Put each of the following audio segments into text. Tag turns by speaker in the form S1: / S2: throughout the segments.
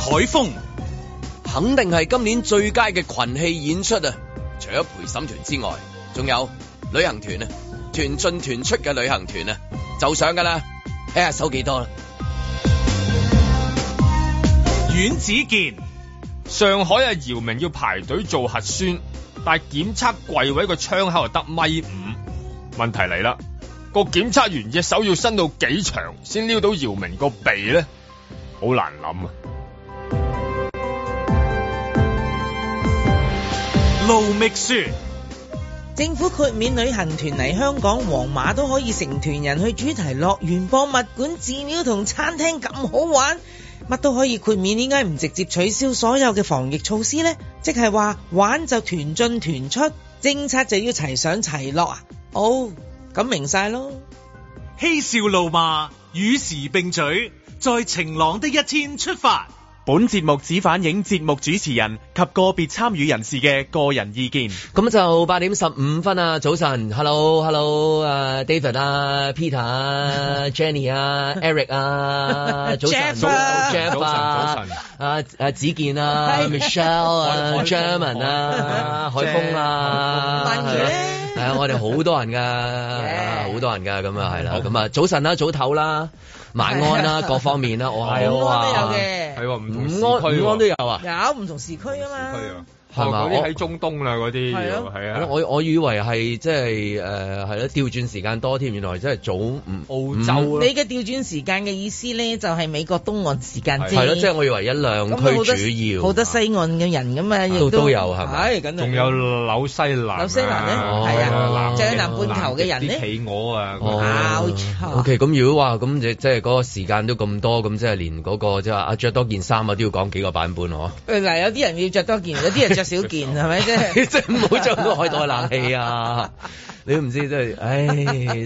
S1: 海風，
S2: 肯定係今年最佳嘅群戲演出啊！除咗陪審團之外，仲有旅行團啊，團進團出嘅旅行團啊，就上㗎啦！睇下手幾多啦。
S1: 阮子健，
S3: 上海啊，姚明要排隊做核酸，但係檢測櫃位個窗口又啊得米五。問題嚟啦，個檢測員隻手要伸到幾長先撩到姚明個鼻咧？好難諗啊！
S1: 盧覓雪，
S4: 政府豁免旅行團嚟香港，皇馬都可以成團人去主題樂園、博物館、寺廟同餐廳咁好玩，乜都可以豁免，點解唔直接取消所有嘅防疫措施呢？即係話玩就團進團出，政策就要齊上齊落啊！哦，咁明晒咯。
S1: 嬉笑怒罵，與時並舉，在晴朗的一天出發。
S5: 本節目只反映節目主持人及個別參與人士嘅個人意見。
S2: 咁就八點十五分啊，早晨，hello，hello，誒 David 啊，Peter 啊，Jenny 啊，Eric 啊，早晨
S4: Jeff 啊
S2: ，Jeff 啊，啊啊子健啊，Michelle 啊，German 啊，海峰啊，
S4: 海峰啊
S2: 係啊，我哋好多人㗎，
S4: Yeah
S2: 好多人㗎，咁啊係啦，咁啊早晨啦，早唞啦，晚安啦，各方面啦，我係
S4: 啊 午安
S2: 啊
S4: 都有嘅
S3: 係喎，唔同市
S2: 午安
S3: 區
S2: 午安都有啊。
S4: 有唔同時區啊嘛，
S3: 區啊，
S2: 係嘛
S3: 哦嗰啲喺中東啦，嗰啲
S4: 係
S3: 要
S4: 啊
S3: 係
S2: 係咯
S3: 啊，
S2: 我我以為係即係誒係咯，調轉時間多添，原來真係早五
S3: 澳洲
S4: 你嘅調轉時間嘅意思呢，就係美國東岸時
S3: 啊
S4: 間啫。
S2: 係咯，即係我以為一兩
S4: 咁
S2: 區
S4: 好多
S2: 主要
S4: 好多西岸嘅人咁啊，亦
S2: 都有係咪
S4: 係梗係
S3: 仲有紐西蘭，
S4: 嗯
S3: 啊哦
S4: 紐西蘭呢
S2: 係啊仲有
S4: 南半球嘅人呢
S3: 啲企鵝啊，
S2: 哦
S4: 拗柴
S2: O K，咁如果話咁即即係嗰個時間都咁多，咁即係連嗰個即係話啊著多件衫啊都要講幾個版本嗬，
S4: 誒呃嗱，有啲人要着多 件，有啲人着少件，係咪
S2: 即
S4: 啫？
S2: 係啊唔好着到海袋冷氣啊！你都唔知真係，唉，真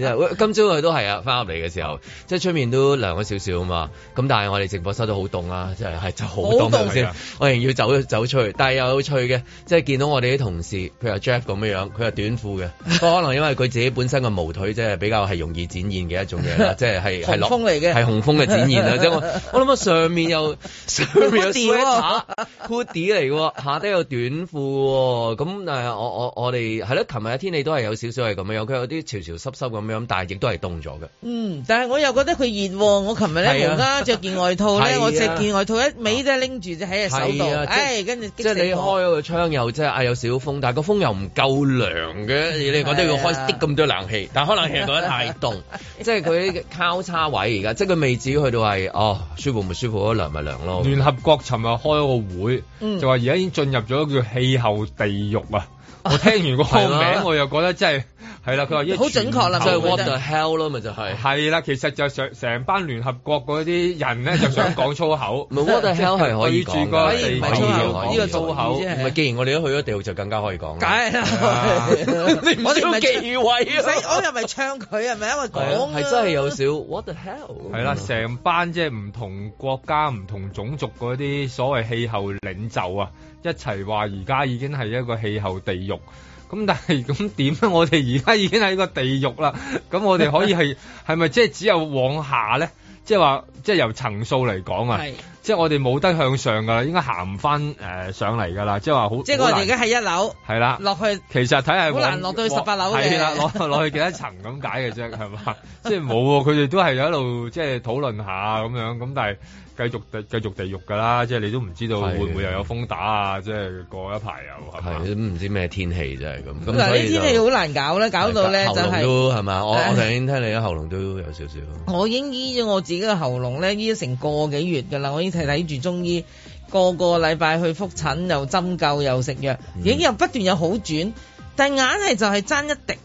S2: 係喂今朝佢都係啊，翻入嚟嘅時候，即係出面都涼咗少少啊嘛。咁但係我哋直播室都好凍啊，即係係真係好凍
S4: 好凍
S2: 頭先
S3: 係啊。
S2: 我仍然要走走出去，但係又有趣嘅，即係見到我哋啲同事，譬如話 Jeff 咁樣樣，佢係短褲嘅，不過可能因為佢自己本身嘅毛腿即係比較係容易展現嘅一種嘢啦，即係係係落
S4: 雄風嚟嘅
S2: 係雄風嘅展現啦。即係我我諗啊，上 面又 上面有
S4: Hoodie 喎
S2: sweater hoodie 嚟嘅喎，下低有短褲喎。咁誒，呃我我我哋係咯，琴日嘅天氣都係有少少係咁樣，佢有啲潮潮濕濕咁樣，但係亦都係凍咗嘅。
S4: 嗯，但係我又覺得佢熱喎。我琴日咧
S2: 係
S4: 無
S2: 啊
S4: 啦啦着件外套
S2: 係
S4: 咧，
S2: 啊
S4: 我着件外套一味都係拎住隻喺隻手度
S2: 係啊，即
S4: 唉，跟住激
S2: 即係
S4: 死
S2: 你開
S4: 我
S2: 咗個窗又即係啊有少少風，但係個風又唔夠涼嘅，你覺得要開
S4: 啊
S2: 啲咁多冷氣，但係可能係覺得太凍， 即係佢交叉位而家，即係佢未至於去到係哦舒服咪舒服咯，涼咪涼咯。
S3: 聯合國尋日開個會，
S4: 嗯
S3: 就話而家已經進入咗叫氣候地獄 啊！我聽完個
S2: 係啦
S3: 名我又覺得真係係啦，佢話依家
S4: 好準確啦
S2: 即係
S3: 全球
S4: 我
S2: what
S4: 覺
S2: the
S4: 得
S2: hell 咯，咪就係。，
S3: 係啦，其實就想成班聯合國嗰啲人咧就想講粗口
S2: 咪 what the hell 係可以講
S3: 對住個
S2: 㗎，
S4: 地
S2: 係
S4: 址
S2: 可以
S4: 要
S2: 講
S4: 呢個做
S2: 嘅
S4: 法
S3: 粗口
S4: 啫。
S2: 唔係，既然我哋都去咗地獄，就更加可以講
S4: 梗
S2: 啦。
S4: 係
S3: 啊
S4: 啦，
S2: 你唔
S4: 我
S2: 知
S4: 哋唔
S2: 道
S4: 係
S2: 忌諱
S4: 唔使
S2: 啊！
S4: 我又咪唱佢係咪？因為
S2: 係啊
S4: 講
S2: 係真係有少 what the hell
S3: 係啦，成班即係唔同國家、唔同種族嗰啲所謂氣候領袖啊，一齊話而家已經係一個氣候地獄。咁但係 咁點咧？我哋而家已經喺個地獄啦。咁我哋可以係 係咪即係只有往下咧？即係話即係由層數嚟講啊，
S4: 係，
S3: 即係我哋冇得向上噶啦，應該行翻誒上嚟噶啦。即係話好
S4: 即係我哋
S3: 好難
S4: 而家喺一樓
S3: 係啦。
S4: 落去。
S3: 其實睇係
S4: 好難落到去18樓嘅
S3: 係啦，落 落去幾多層咁解嘅啫，係嘛？ 即係冇喎，佢哋都係一路即係討論下咁樣，咁但係繼續地繼續地獄㗎啦，即係你都唔知道
S2: 係
S3: 會唔會又有風打啊，即係過一排又係嘛？
S2: 係都唔知咩天氣真係咁。咁
S4: 嗱，
S2: 所
S4: 呢
S2: 以就
S4: 天氣好難搞啦，搞到咧就
S2: 喉嚨
S4: 係。
S2: 都係嘛？我
S4: 唉
S2: 我頭先聽你嘅喉嚨都有少少。
S4: 我已經醫咗我自己嘅喉嚨咧，醫咗成個幾月㗎啦。我已經係睇住中醫，個個禮拜去覆診，又針灸，又食藥，
S2: 嗯
S4: 已經又不斷有好轉，但係硬係就係爭一滴，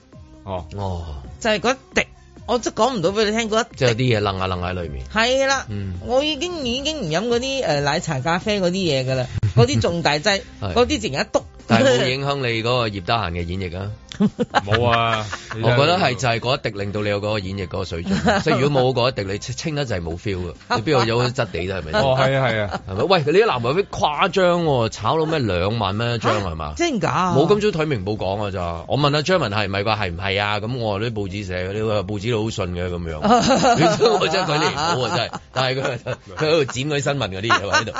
S3: 哦，
S2: 哦，
S4: 就係嗰一滴，我真係講唔到俾你聽嗰一
S2: 即係有
S4: 滴。
S2: 啲嘢楞下楞下喺裏面。
S4: 係啦，
S2: 嗯
S4: 我已經已經唔飲嗰啲誒奶茶、咖啡嗰啲嘢 㗎啦，嗰啲仲大劑，
S2: 係
S4: 嗰啲淨係一篤。
S2: 但係冇影響你嗰個葉德嫻嘅演繹啊！
S3: 冇啊，
S2: 我覺得係就係嗰一滴令到你有嗰個演繹嗰個水 準，即係如果冇嗰一滴，你清得滯冇 feel 嘅，你邊度有質地啫？係咪先？
S3: 哦，係啊，係啊，
S2: 係咪？喂，你啲南華啲誇張喎，炒到咩兩萬蚊一張啊係嘛？
S4: 啊真假？
S2: 冇今朝睇明報講㗎啊咋，我問阿張文係咪話係唔係啊？咁我話啲報紙寫嘅，你話報紙佬好信嘅咁 樣。你真我真係佢哋唔好啊，真係。但係佢佢喺度剪嗰啲新聞嗰啲嘢喎喺度，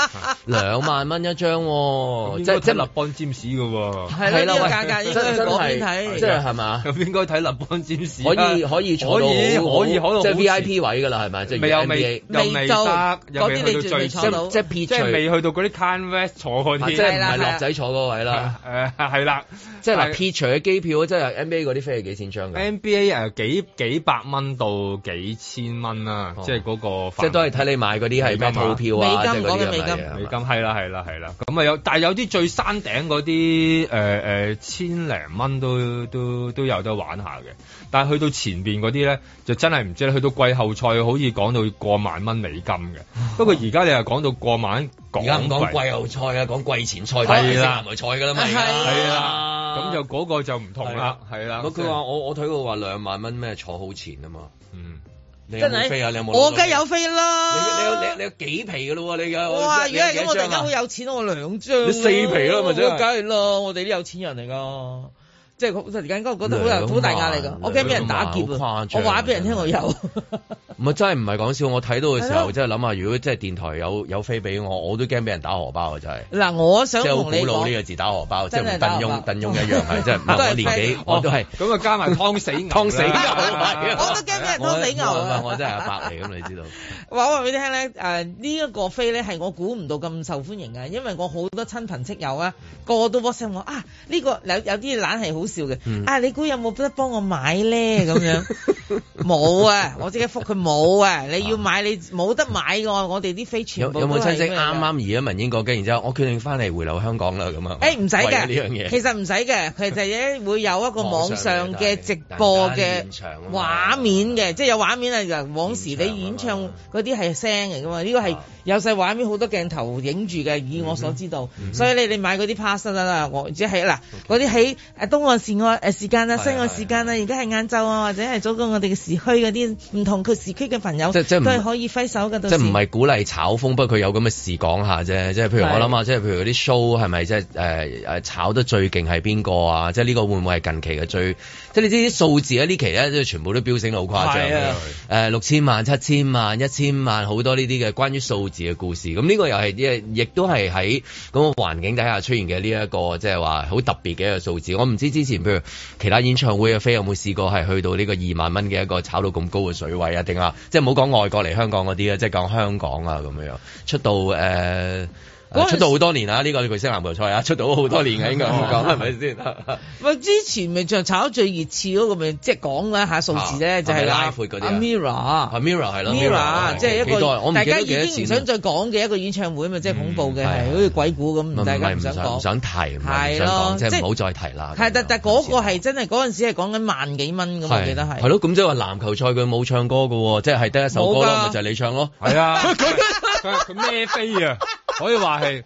S2: 兩萬蚊一張喎，
S3: 即
S2: 哦即
S3: 係即
S2: 即
S3: 係立邦占士嘅 喎，
S4: 係啦呢個
S2: 喂
S4: 價格應該
S2: 真
S4: 去
S2: 真
S4: 嗰
S2: 係
S4: 邊睇
S2: 即係係嘛？
S3: 咁應該睇立邦占士
S2: 可
S3: 啊。
S2: 以可以坐
S3: 可
S2: 到好
S3: 以可以可
S2: 好
S3: 能
S2: 即係
S3: 好
S2: V I P 位㗎啦，係咪？即係
S3: 未有
S2: NBA
S3: 未又未
S4: 未
S3: 得，
S4: 到
S3: 又
S4: 嗰啲
S3: 未
S4: 你仲
S3: 去到最
S4: 未坐
S3: 即
S4: 到
S2: 即係撇除
S3: 係未去到嗰啲 Converse 坐嗰
S2: 啊
S3: 啲，
S2: 即係唔
S4: 啦
S2: 係
S4: 係啦
S2: 落仔坐嗰位啦。
S3: 誒 係啊啦，
S2: 即係
S3: 但
S2: 嗱，撇除嘅機票，即係 NBA 嗰啲飛係幾錢張嘅？
S3: NBA 誒呃幾幾百蚊到幾千蚊啦，
S2: 哦
S3: 即係嗰個範圍
S2: 即係都係睇你買嗰啲係咩套票啊，
S4: 美
S2: 即
S4: 金
S2: 係嗰啲係
S4: 美金
S2: 咪啊
S3: 美金係啦係啦係啦，咁啊有，但係有啲最山頂嗰啲誒誒千零蚊都都都有得玩下嘅，但係去到前邊嗰啲咧就真係唔知啦，去到季後賽好似講到過萬蚊美金 嘅，不過而家你又講到過萬港
S2: 而家唔
S3: 幣
S2: 講季後賽啊，講季前賽
S3: 係啦
S2: 係啦，季前賽㗎啦嘛，而家
S3: 係啦，咁就嗰個就唔同啦，係啦。
S2: 咁佢話我我睇過話兩萬蚊咩坐好前啊嘛，
S3: 嗯，
S2: 你有
S4: 真
S2: 冇飛啊？你有冇？
S4: 我梗係有。飛
S2: 你
S4: 啦！
S2: 你啊有你有幾皮㗎咯喎？你有
S4: 哇！
S2: 你
S4: 如
S2: 有
S4: 果係
S2: 幾
S4: 咁，我突
S2: 張啊
S4: 然間好有錢，我兩張咯。
S2: 你四皮啦咪真係
S4: 我梗係啦，我哋啲有錢人嚟噶。即係突然間覺得好有好大壓力㗎，我驚俾人打劫
S2: 兩
S4: 啊
S2: 萬！好誇張
S4: 我話俾人聽我有，
S2: 唔係真係唔係講笑，我睇到嘅時
S4: 係
S2: 候
S4: 咯
S2: 真係諗下，如果真係電台有有飛俾我，我都驚俾人打荷包啊！真係。
S4: 嗱，我想
S2: 即係好
S4: 同你
S2: 古老呢
S4: 講，
S2: 個字打荷包，即係同
S4: 真係打
S2: 鄧
S4: 荷包
S2: 雍鄧雍一樣係，即 係唔係我年紀我哦都係
S3: 咁啊加埋湯死牛啦
S2: 湯死牛啊
S4: 我都驚俾人劏死牛
S2: 我
S4: 啊！
S2: 我我真係阿伯嚟咁，你知 道
S4: 話我話俾你聽咧，誒呢一個飛咧係我估唔到咁受歡迎嘅，因為我好多親朋戚友啊，個個都 WhatsApp 我啊，呢、個有有啲懶係好笑嘅，
S2: 嗯
S4: 啊你估有冇得幫我買咧咁 樣？冇啊！我即刻覆佢冇啊！你要買你冇得買㗎，我哋啲飛全
S2: 有
S4: 部
S2: 有冇
S4: 都係
S2: 親戚
S4: 咩㗎
S2: 啱啊啱移咗民英國，跟然之後我決定翻嚟回流香港啦咁啊？
S4: 誒唔使
S2: 為咗
S4: 嘅，
S2: 呢樣嘢，
S4: 其實唔使嘅，佢就咧會有一 個網上嘅直播嘅
S2: 現場啊嘛
S4: 畫面嘅，即係有畫面啊！嗱，往時你演唱嗰啲係聲嚟噶嘛，呢個係
S2: 啊嗯
S4: 有晒畫面好多鏡頭影住嘅，以我所知道，所以你哋買嗰啲 pass 得啦，我即係嗱嗰啲喺誒東岸時愛誒時間啊、
S2: 嗯係啊
S4: 西岸時間啊，而家係晏晝啊，或者係早過我哋嘅時區嗰啲唔同佢時區嘅朋友，
S2: 即即唔
S4: 都係可以揮手嘅，到
S2: 即
S4: 時
S2: 係唔係鼓勵炒風，不過佢有咁嘅事講下啫。即係譬如我諗下，即係譬如嗰啲 show 係咪即係誒誒炒得最勁係邊個啊？即係呢個會唔會係近期嘅最？即係你知啲數字咧，啊呢期咧即係全部都飆升得好誇張
S3: 係
S2: 嘅
S3: 啊。
S2: 誒六千萬、七千萬、一千萬，好多呢啲嘅關於數字嘅故事。咁呢個又係亦都係喺咁個環境底下出現嘅呢一個即係話好特別嘅一個數字。我唔知之前譬如其他演唱會嘅啊飛有冇試過係去到呢個二萬蚊嘅一個炒到咁高嘅水位啊？定啊，即係唔好講外國嚟香港嗰啲啊，即係講香港啊咁樣出到誒。呃
S4: 嗰陣時
S2: 出道好多年啦，呢、個巨星籃球賽啊，出道好多年嘅應該咁講，係咪先？
S4: 喂，之前咪就炒得最熱刺嗰個咪即係講啦嚇數字
S2: 啊
S4: 咧，就
S2: 係咪
S4: 係
S2: 拉闊嗰啲啊
S4: m i r r
S2: 啊 Mirror 係咯
S4: Mirror 即係一
S2: 幾多我
S4: 個
S2: 唔
S4: 大
S2: 記
S4: 家
S2: 得
S4: 已
S2: 幾多啊
S4: 經唔
S2: 錢
S4: 想再講嘅一個演唱會咪，即係恐怖嘅
S2: 嗯係
S4: 係，好似鬼故
S2: 唔
S4: 咁，大家
S2: 係
S4: 唔
S2: 唔
S4: 想
S2: 想唔
S4: 講。
S2: 想提，唔係唔
S4: 係
S2: 想
S4: 咯
S2: 講，即係
S4: 即
S2: 唔
S4: 係
S2: 好再提啦。
S4: 係，但但嗰個
S2: 係
S4: 係真係嗰陣時係講緊萬幾蚊咁，我記得係。
S2: 係咯，咁即係話籃球賽佢冇唱歌嘅喎，即係係得一首歌
S4: 冇㗎
S2: 咯，咪就係你唱咯。
S3: 係 啊，佢佢孭飛啊，可以話係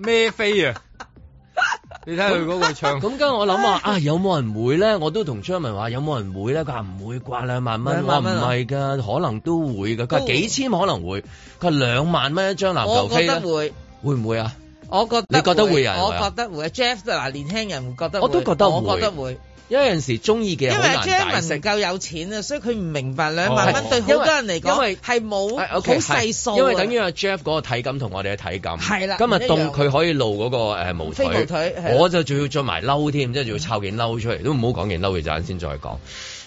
S3: 孭飛啊。你睇佢嗰個唱，
S2: 咁跟住我諗話啊，有冇人會咧？我都同張文話有冇人會咧？佢話唔會啩，兩萬蚊。
S4: 兩
S2: 我話
S4: 萬
S2: 唔
S4: 蚊啊
S2: 係㗎，可能都會㗎。佢話
S4: 都會
S2: 幾千可能會，佢話兩萬蚊一張籃球
S4: 我覺
S2: 飛
S4: 得
S2: 咧，
S4: 會，
S2: 會唔會啊？
S4: 我覺得
S2: 你覺得會啊係咪
S4: 我
S2: 啊
S4: 覺得會啊。Jeff 嗱，年輕人覺得會
S2: 我都覺得會
S4: 我覺得會，
S2: 因為有陣時中意嘅
S4: 因
S2: 人好
S4: 為
S2: 難
S4: Jeff
S2: 解
S4: 唔
S2: 釋。
S4: 夠有錢啊，所以佢唔明白兩萬
S3: 哦
S4: 蚊對好多人嚟
S2: 因為
S4: 講係冇
S2: 係
S4: 好
S2: OK，
S4: 細數啊。
S2: 因為等於阿 Jeff 嗰個體感同我哋嘅體感
S4: 係啦
S2: 今日
S4: 唔一樣
S2: 凍佢可以露嗰個誒毛
S4: 飛毛
S2: 腿，
S4: 腿係啦嗯
S2: 我就仲要着埋褸添，即係仲要摷件褸出嚟，都唔好講件褸嘅陣先再講。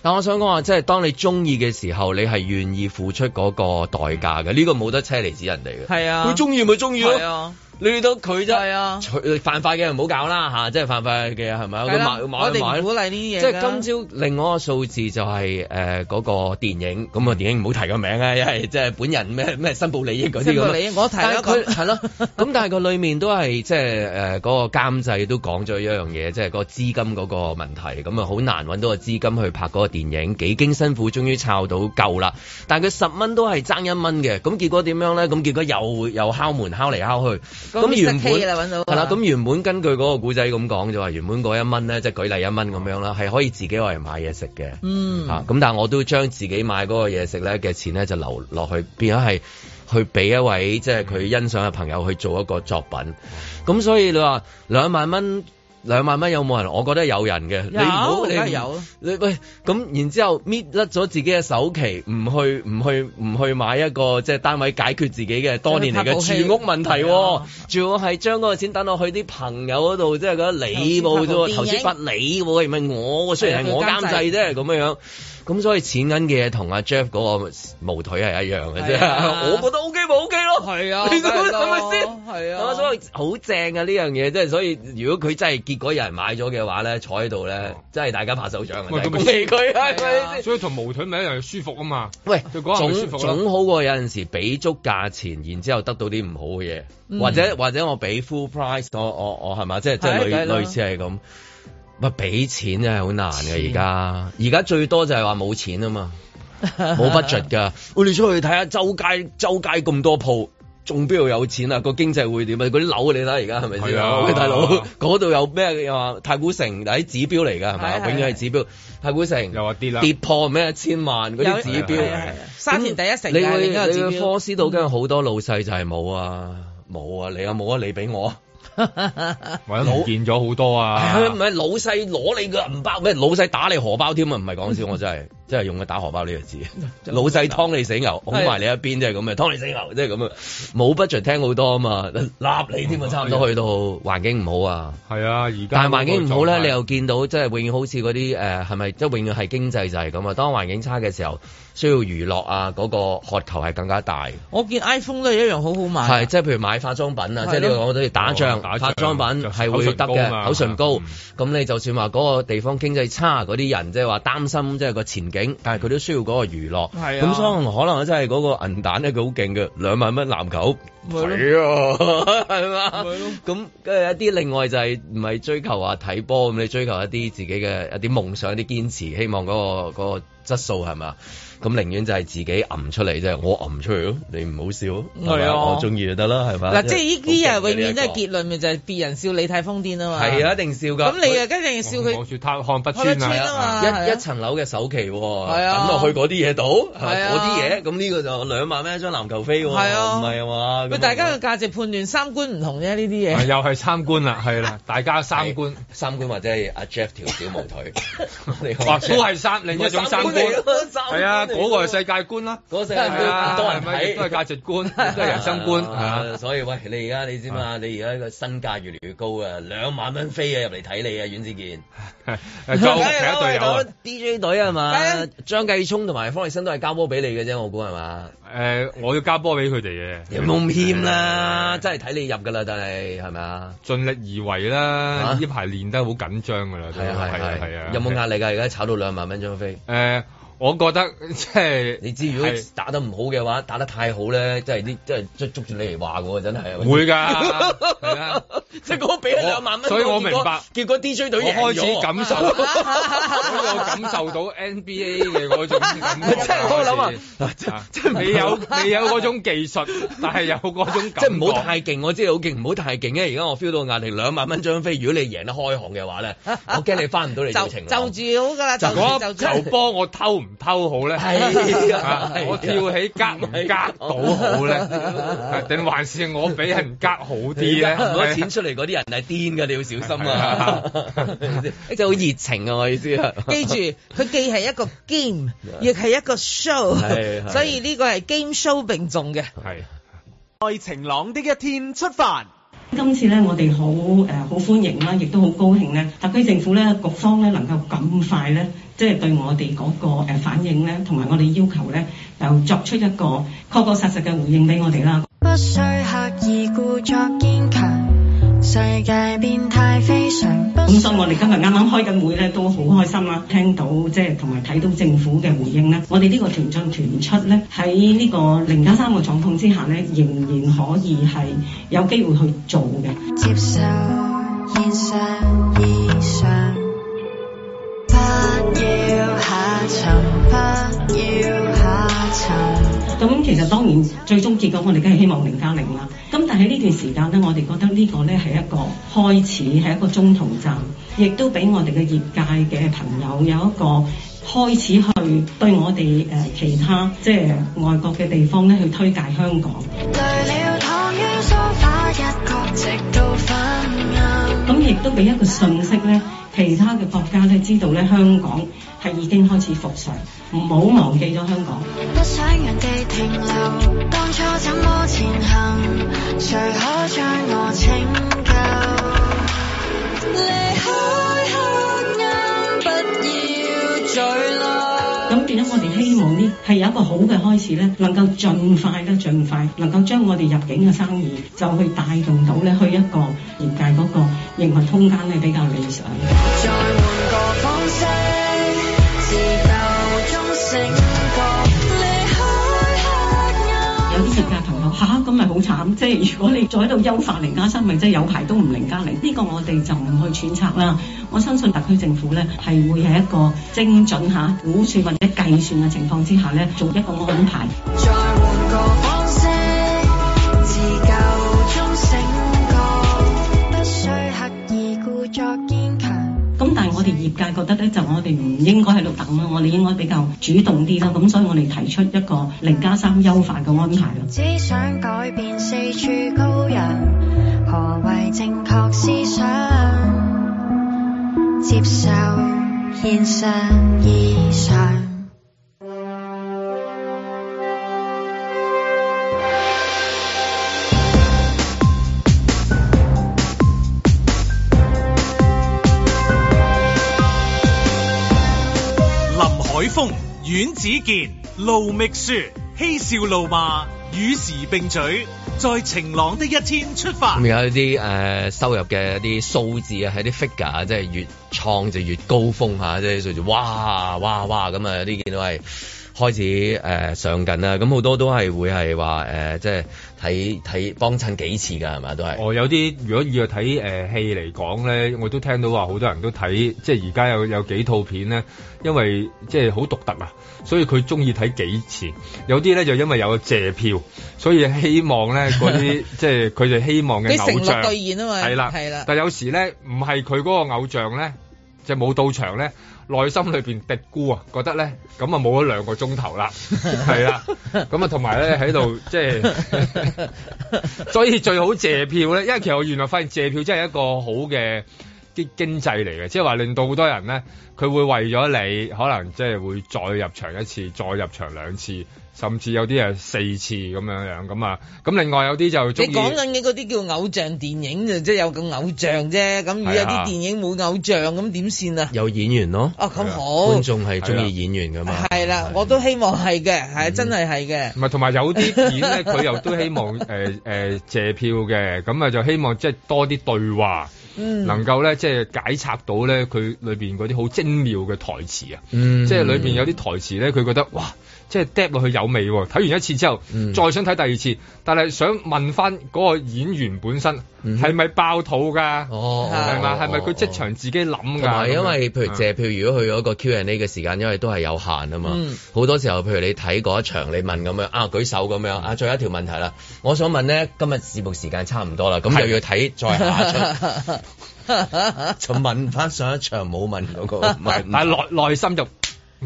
S2: 但我想講話，即係當你中意嘅時候，你係願意付出嗰個代價嘅，呢、個冇得車厘子人哋嘅。
S4: 係啊
S2: 佢，中意咪中意
S4: 係
S2: 咯，
S4: 啊，
S2: 你到佢啫。
S4: 係啊。
S2: 除犯法嘅人唔好搞啦嚇，即係犯法嘅係咪？
S4: 係
S2: 佢
S4: 啦
S2: 買買
S4: 我哋
S2: 就買
S4: 唔
S2: 啦
S4: 鼓勵呢啲嘢
S2: 即
S4: 㗎。
S2: 係今朝另外一個數字就係誒嗰個電影，咁個電影唔好提個名啊，因為即係本人咩咩申報利益嗰啲
S4: 新
S2: 咁
S4: 報
S2: 啊。
S4: 你，我提
S2: 但係
S4: 咗
S2: 佢
S4: 佢
S2: 係咯，咁但係佢裡面都係即係誒嗰個監製都講咗一樣嘢，即係個資金嗰個問題，咁啊好難揾到個資金去拍嗰個電影，幾經辛苦終於摷到夠啦。但係佢十蚊都係爭一蚊嘅，咁結果點樣咧？咁結果又又敲門敲嚟敲去，
S4: 個 Mr.
S2: 咁原
S4: K 啦
S2: 本
S4: 揾到
S2: 係啦，咁原本根據嗰個古仔咁講就話，原本嗰一蚊咧，即係舉例一蚊咁樣啦，係可以自己攞嚟買嘢食嘅。
S4: 嗯
S2: 啊，咁但係我都將自己買嗰個嘢食咧嘅錢咧就留落去，變咗係去俾一位即係佢欣賞嘅朋友去做一個作品。咁所以你話兩萬蚊。兩萬蚊有冇人？我覺得有人嘅，你唔
S4: 有
S2: 好你
S4: 梗係
S2: 唔
S4: 有
S2: 你喂咁，然之後搣甩咗自己嘅首期，唔去唔去唔去買一個即係單位解決自己嘅多年嚟嘅住屋問題
S4: 拍部
S2: 喎
S4: 戲，
S2: 仲要係將嗰個錢等落去啲朋友嗰度，即係覺得你冇啫
S4: 投
S2: 喎，投
S4: 資
S2: 資
S4: 拍
S2: 不你喎，唔係我喎，雖然係我監製啫咁樣樣。咁所以錢銀嘅嘢同阿 Jeff 嗰個無腿係一樣嘅啫，
S4: 係啊
S2: 我覺得 OK 咪 OK 咯。
S4: 係啊
S2: 你覺
S4: 梗係
S2: 得
S4: 咯
S2: 係咪先？
S4: 係啊
S2: 咁 所以好正啊呢樣嘢，即係所以如果佢真係結果有人買咗嘅話咧，坐喺度咧，真係大家拍手掌啊！
S3: 喂
S2: 真係
S3: 咁
S2: 恭喜佢啊！係咪先
S3: 所以同毛腿咪一樣舒服啊嘛。
S2: 喂，
S3: 佢嗰下咪舒
S2: 總
S3: 服
S2: 總
S3: 咯。
S2: 好過有陣時俾足價錢，然之後得到啲唔好嘅嘢，或者或者我俾 full price，我我我係嘛，即係即係
S4: 係梗係
S2: 類
S4: 啦
S2: 類似係咁。咪俾錢真係好難嘅而家，而家最多就係話冇錢啊嘛，冇 budget 㗎。我哋出去睇下周街周街咁多鋪。仲邊度有錢啊？個經濟會點啊？嗰啲樓你睇而家係咪先
S3: 係啊
S2: 喂，大佬， 嗰度有咩又話太古城係指標嚟
S4: 係
S2: 㗎係
S4: 係
S2: 咪？永遠係
S4: 係
S2: 指標。太古城
S3: 又話跌啦
S2: 跌破咩一千萬嗰
S4: 有
S2: 啲指標
S4: 係啊係啊。沙田第一城
S2: 你
S4: 係
S2: 會
S4: 另一個指標
S2: 你會科斯到跟住好多老細就係冇啊，冇啊，你有冇啊？你俾我啊。
S3: 或者唔見咗好多啊。
S2: 哎係唔係老細攞你個銀包咩？老細打你荷包添啊！唔係講笑，我真 係真係用個打荷包呢個 字。老細劏你死牛，拱埋你一邊，即係咁啊！劏你死牛，即係咁啊！冇 budget 聽好多啊嘛，立你添啊，差唔多去到環境唔好啊。
S3: 係啊，而家
S2: 但係環境唔好咧，
S3: 嗰個狀態
S2: 你又見到即係永遠好似嗰啲誒係咪即係永遠係經濟就係咁啊！當環境差嘅時候，需要娛樂啊，嗰、個渴求係更加大。
S4: 我見 iPhone 都係一樣好好啊
S2: 係，
S4: 買，
S2: 即係譬如買化妝品啊，
S4: 係
S2: 即係呢個
S4: 咯
S2: 講到要打仗，
S3: 哦打
S2: 化
S3: 仗
S2: 妝品
S3: 就
S2: 係會得
S3: 口唇膏
S2: 嘅，
S3: 嘛
S2: 口唇膏。
S3: 嗯
S2: 咁你就算話嗰個地方經濟差，嗰啲人即係話擔心即係個前景，但係佢都需要嗰個娛樂。
S4: 係啊
S2: 咁所以可能真係嗰個銀彈咧，佢好勁嘅，兩萬蚊籃球。
S4: 咪咯
S2: 係啊，係嘛
S4: 咪咯？
S2: 咁跟住一啲另外就係唔係追求話睇波咁，你追求一啲自己嘅一啲夢想、一啲堅持，希望嗰、個嗰、個質素係嘛？咁寧願就係自己揞出嚟啫，我揞出嚟咯，你唔好笑咯，係
S4: 係啊
S2: 嘛我中意就得啦，係嘛？
S4: 嗱，即係呢啲啊，
S2: 好
S4: 永
S2: 勁嘅呢一
S4: 遠都係
S2: 個
S4: 結論，咪就係別人笑你太瘋癲啊嘛。
S2: 係啊，一定笑㗎。
S4: 咁你啊，跟住又笑
S3: 望
S4: 佢，
S3: 住塔看不
S4: 看
S3: 穿
S4: 不穿啊嘛
S3: 啊！
S4: 係啊
S2: 一一層樓嘅首期喎，
S4: 係啊
S2: 抌落去嗰啲嘢度，係咪
S4: 係啊
S2: 嗰啲嘢，咁呢個就兩萬蚊一張籃球飛喎，
S4: 係啊
S2: 唔係啊嘛，
S4: 咪
S2: 咁
S4: 大家嘅價值判斷三觀唔同啫，呢啲
S3: 啊
S4: 嘢。
S3: 又係參觀啦，係啦，大家參 觀，
S2: 三觀或者係阿 Jeff 條小毛 腿，
S3: 哇，都係三另一種
S2: 三
S3: 參
S2: 觀嚟
S3: 觀，
S2: 咯三觀嚟
S3: 係啊，
S2: 咯
S3: 嗰個係世界觀啦，
S2: 嗰世界
S4: 觀
S3: 係啊
S2: 咁多人
S3: 係咪
S2: 睇
S3: 亦都係價值觀， 亦都係人生觀啊！
S2: 所以喂，你而家你知嘛？你而家個身價越嚟越高啊，兩萬蚊飛啊入嚟睇你啊，阮子健。
S3: 誒仲有其他隊友啊！
S2: DJ 隊係
S4: 係
S2: 嘛
S4: 啊？
S2: 張繼聰同埋方力申都係交波俾你嘅啫，我估係嘛？
S3: 誒，呃我要加波俾佢哋嘅，呃
S2: 有冇咁謙啦？真係啊睇你入㗎啦，但係係咪啊？
S3: 盡力而為
S2: 啊
S3: 啦！呢排練得好緊張㗎啦，都
S2: 係啊係啊
S3: 係啊！
S2: 有冇壓力㗎？而家炒到兩萬蚊張飛，
S3: 誒，我覺得 即係
S2: 你知如果
S3: 係
S2: 打得唔好嘅話，打得太好咧，真係啲真係捉住你嚟話㗎喎，真係。
S3: 會 㗎，係啊！
S2: 即係嗰個俾咗兩萬蚊，
S3: 所以我
S2: 結果
S3: 明白
S2: 結果 DJ
S3: 我
S2: 隊贏咗
S3: 開始感受， 我感受到 NBA 嘅嗰種感 覺。
S2: 真係我諗啊
S3: 開始
S2: 真 真唔
S3: 你有你有嗰種技術，但係有嗰種
S2: 即
S3: 感覺。
S2: 係唔好太勁，我知你好勁，唔好太勁因為而家我 feel 到壓力，兩萬蚊張飛，如果你贏得開行嘅 話咧，我驚你翻唔到嚟做
S4: 就
S2: 情
S4: 就
S2: 郎。
S4: 住好噶啦，就住
S3: 嗰
S4: 就
S3: 一球
S4: 住。
S3: 波我偷唔偷好咧？
S2: 係啊
S3: 啊
S2: 係啊
S3: 我跳起隔唔隔到好咧？ 啊定還是我俾人隔好啲
S2: 你
S3: 咧？
S2: 啊 攞攞錢出嚟嗰啲人係癲㗎，你要小心啊！ 即係好熱情啊！我意思啊，
S4: 記住，佢既係一個 game，亦係一個
S2: 係
S4: show，
S2: 係
S4: 所以呢個係 game show 並重嘅。
S3: 係。
S5: 在晴朗的一天出發。
S6: 今次咧，我哋好誒好歡迎啦，亦都好高興咧，特區政府咧局方咧能夠咁快咧，即係對我哋嗰個誒反應咧，同埋我哋要求咧，又作出一個確確實實嘅回應俾我哋啦。
S7: 不需刻意故作堅強，世界變態非常不
S6: 咁所以我哋今日啱啱開緊會咧，都好開心啦！聽到即係同埋睇到政府嘅回應咧，我哋呢個團進團出咧，喺呢個零加三個狀況之下咧，仍然可以係有機會去做嘅。
S7: 接受現實異常。不要下沉，不要下沉。
S6: 咁其實當然最終結果我哋梗係希望零加零啦。咁但係喺呢段時間咧，我哋覺得呢個咧係一個開始，係一個中途站，亦都俾我哋嘅業界嘅朋友有一個開始去對我哋誒、呃其他即係外國嘅地方咧去推介香港。
S7: 累了躺於梳化一角，直到昏暗。
S6: 咁亦都俾一個信息咧，其他嘅國家咧知道咧香港係已經開始復常，唔好忘記咗香港。
S7: 不想人哋停留，當初怎麼前行？誰可將我拯救？離開黑暗，不要墜落。
S6: 咁變咗我哋希望呢係有一個好嘅開始咧，能夠盡快咧，盡快能夠將我哋入境嘅生意就去帶動到咧，去一個業界嗰個營運空間咧比較理想。
S7: 再換個方式，自救中醒覺。離開黑暗。
S6: 有啲業界朋友吓，咁咪好慘，即係如果你再喺度優化零加三，咪即係有排都唔零加零。呢、個我哋就唔去揣測啦。我相信特區政府咧係會喺一個精準下估算或者計算嘅情況之下咧，做一個安排。
S7: 再換個方式，自救中醒覺，不需刻意故作堅強。
S6: 咁但係我哋業界覺得咧，就我哋唔應該喺度等啦，我哋應該比較主動啲啦。咁所以我哋提出一個零加三優化嘅安排啦。
S7: 只想改變四處高人，何謂正確思想？接受現實異常。
S1: 林海峰、阮子健、盧覓雪，嬉笑怒罵，與時並舉，在晴朗的一天出發
S3: 啊
S2: 咁。有啲誒、呃收入嘅一啲數字啊，係啲 figure 啊即係越創就越高峰嚇，即係數字哇哇哇咁啊！呢件都係開始誒、呃上緊啦。咁好多都係會係話誒，即係睇睇幫襯幾次㗎係嘛，都係。
S3: 我哦有啲如果要睇誒、呃、戲嚟講咧，我都聽到話好多人都睇，即係而家有有幾套片咧，因為即係好獨特啊，所以佢中意睇幾次。有啲咧就因為有借票，所以希望咧嗰 啲即係佢哋希望
S4: 你
S3: 嘅
S4: 承
S3: 偶
S4: 諾
S3: 像
S4: 兌現啊嘛
S3: 係啦
S4: 係啦
S3: 但有時咧唔係佢嗰個偶像咧，就冇到場咧。內心裏邊嘀咕啊，覺得咧咁啊冇咗兩個鐘 頭啦，係啦，咁啊同埋咧喺度即係 所以最好借票咧，因為其實我原來發現借票真係一個好嘅經經濟嚟嘅，即係話令到好多人咧，佢會為咗你，可能即係會再入場一次，再入場兩次，甚至有啲係四次咁樣樣咁啊。咁另外有啲就中
S4: 你
S3: 意
S4: 講緊嘅嗰啲叫偶像電影就即係有個偶像啫，咁如果有
S3: 係啊
S4: 啲電影冇偶像咁點算啊？
S2: 有演員咯，
S4: 哦，咁好
S2: 觀，眾係中意演員㗎嘛。
S4: 係啦，我都希望係嘅，係真係係嘅。
S3: 唔係，同埋有 啲片咧，佢又都希望誒誒、呃借票嘅，咁啊就希望即係多啲對話，
S2: 嗯
S3: 能夠咧即係解拆到咧佢裏邊嗰啲好精妙嘅台詞啊，
S2: 嗯
S3: 即係裏邊有啲台詞咧，佢覺得哇，即係嗒落去有味喎，睇完一次之後，
S2: 嗯
S3: 再想睇第二次，但係想問翻嗰個演員本身
S2: 嗯
S3: 係咪爆肚㗎？
S2: 哦，
S3: 係嘛？
S2: 哦
S3: 係咪佢即？
S2: 哦
S3: 場自己諗㗎？
S2: 同埋因為
S3: 咁樣
S2: 譬如
S3: 嗯啊
S2: 借票，如果去嗰個 Q&A 嘅時間，因為都係有限啊嘛
S4: 嗯，
S2: 好、多時候譬如你睇嗰一場，你問咁樣啊，舉手咁樣啊，最後一條問題啦，我想問呢，今日節目時間差唔多啦，咁又要睇 再下一出，就問翻上一場冇問嗰、 個問
S3: 但係內內心就咁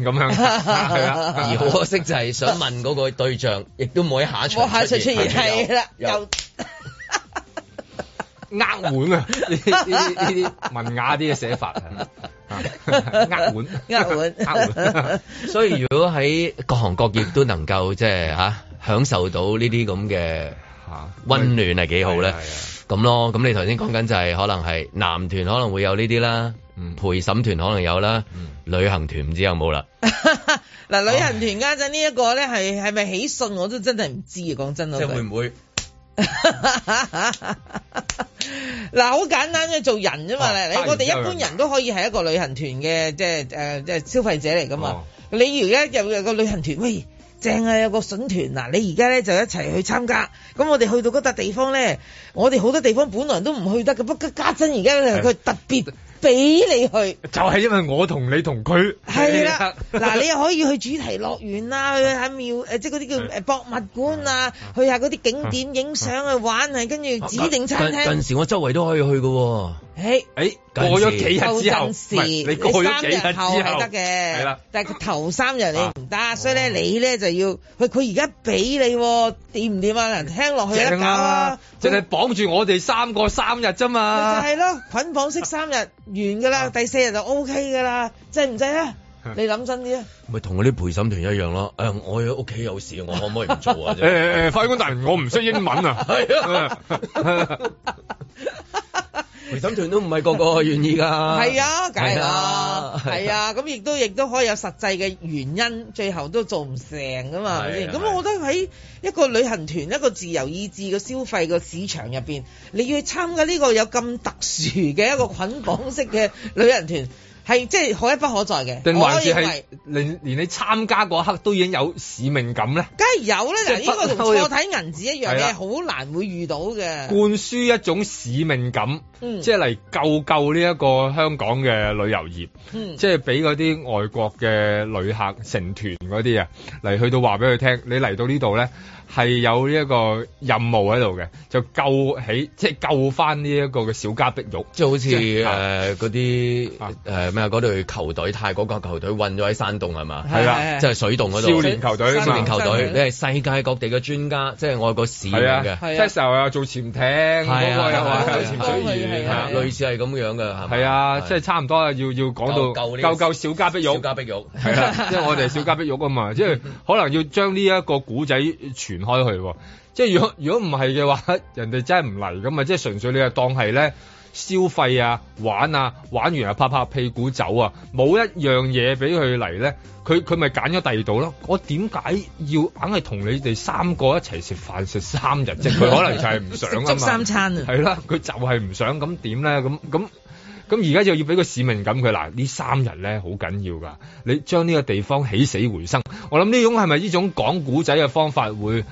S3: 樣，係啊。
S2: 而好可惜就係想問嗰個對象，亦都冇喺下一場
S4: 我下一出出現
S2: 係
S4: 係啦，
S2: 又
S4: 又
S3: 呃碗啊！呢啲呢啲呢啲文雅啲嘅寫法啊，啊呃碗，
S4: 呃碗
S3: 呃碗。
S2: 所以如果喺各行各業都能夠即係嚇享受到呢啲咁嘅
S3: 嚇
S2: 温暖係幾好咧
S3: 係啊係？
S2: 咁咯，咁你頭先講緊就係可能係男團可能會有呢啲啦，
S3: 嗯
S2: 陪審團可能有啦，旅行團唔知有冇啦。
S4: 嗱，旅
S3: 啊
S4: 行團家陣呢一個咧係係咪喜訊我都真係唔知啊！講真嗰句
S2: 唔會？
S4: 嗱，好簡單啫，做人啫嘛。
S3: 哦
S4: 你
S3: 當然
S4: 我哋一
S3: 有
S4: 般
S3: 人
S4: 人都可以係一個旅行團嘅，即係誒，即係消費者嚟噶嘛
S3: 哦。
S4: 你而家有有個旅行團，喂，正啊，有個筍團嗱，你而家咧就一齊去參加。咁我哋去到嗰笪地方咧，我哋好多地方本來都唔去得嘅，不過家陣而家咧
S3: 係
S4: 佢特別俾你去。
S3: 就係因為我同你同佢
S4: 係啦，嗱，你又可以去主題樂園啦，去下廟呃誒，即係嗰啲叫誒博物館啊，去下嗰啲景點影相啊，玩啊，跟住指定餐
S2: 近近
S4: 廳。
S2: 時我周圍都可以去嘅喎。
S4: 誒，
S3: 誒過咗幾日
S4: 夠
S3: 之
S4: 陣
S3: 後，唔
S4: 時，
S3: 係你過咗幾日
S4: 三
S3: 之
S4: 日後係得嘅，
S3: 係啦，啊
S4: 但係佢頭三日你唔得，所以咧你咧就要，佢佢而家俾你喎掂唔掂啊？人聽落去有得
S3: 正
S4: 搞啊
S3: 啊！，淨係綁住我哋三個三日啫
S4: 咪
S3: 嘛
S4: 就，係咯，捆綁式三日完噶
S3: 啊
S4: 啦，第四日就 O K 噶啦，制唔制啊？你諗真啲啊！
S2: 咪同嗰啲陪審團一樣咯。誒，我喺屋企有事，我可唔可以唔做 啊？
S3: 誒誒誒，法官大人，我唔識英文啊，
S2: 係啊陪審團都唔係個個願意㗎。
S4: 係啊，梗係啦，
S2: 係
S4: 係啊，咁亦都亦都可以有實際嘅原因，最後都做唔成噶嘛，係咪
S2: 係
S4: 先？
S2: 啊
S4: 咁
S2: 係啊
S4: 我覺得喺一個旅行團一個自由意志嘅消費個市場入邊，你要去參加呢個有咁特殊嘅一個捆綁式嘅旅行團，係即係可一不可再嘅。
S3: 定
S4: 我
S3: 還
S4: 認
S3: 是係
S4: 為
S3: 連連你參加嗰刻都已經有使命感咧？
S4: 梗係有啦，嗱，
S3: 即
S4: 呢
S3: 係
S4: 個
S3: 不
S4: 同
S3: 嬲要
S4: 錯睇銀紙一樣，
S3: 係
S4: 你
S3: 啦
S4: 係好難會遇到嘅。
S3: 灌輸一種使命感，
S4: 嗯
S3: 即係嚟救救呢一個香港嘅旅遊業，
S4: 嗯
S3: 即係俾嗰啲外國嘅旅客成團嗰啲啊，嚟去到話俾佢聽，你嚟到呢度咧係有呢一個任務喺度嘅，就救起即係救翻呢一個嘅小家碧玉。
S2: 即係好似
S3: 即係
S2: 誒嗰啲
S3: 啊
S2: 誒咩啊嗰隊球隊泰國個球隊韞咗喺山洞係嘛？
S4: 啊
S3: 係啦
S2: 即係水洞嗰度。
S3: 少年球隊啊嘛
S2: 少年球隊，
S4: 嗯
S2: 你係世界各地嘅專家，即係我有個使命
S3: 係啊
S2: 嘅，，
S4: 係啊
S3: 即係成日又做潛艇，嗰個又話
S2: 係啊
S3: 有
S2: 係啊
S3: 潛水
S4: 係啊
S3: 員，係啊
S2: 類似係咁樣嘅，係咪
S3: 係啊，即係差唔多啊要要講
S2: 救
S3: 到
S2: 呢個
S3: 救救小家碧玉
S2: 小。家碧玉。
S3: 係啦，即係我哋小家碧玉啊 嘛，即係可能要將呢一個古仔傳開去喎。即係如果如果唔係嘅話， 人哋真係唔嚟噶嘛。即係純粹你係當係咧消費啊、玩啊、玩完又拍拍屁股走啊，冇一樣嘢俾佢嚟咧，佢佢咪揀咗第二度咯。我點解要硬係同你哋三個一齊食飯食三日啫？佢可能就係唔想
S4: 食
S3: 啊
S4: 足
S3: 嘛
S4: 三。餐
S2: 嗯
S4: 啊！
S3: 係啦，佢就係唔想咁點咧？咁咁咁而家就要俾個市民感佢嗱，呢三日咧好緊要㗎，你將呢個地方起死回生。我諗呢種係咪呢種講古仔嘅方法會？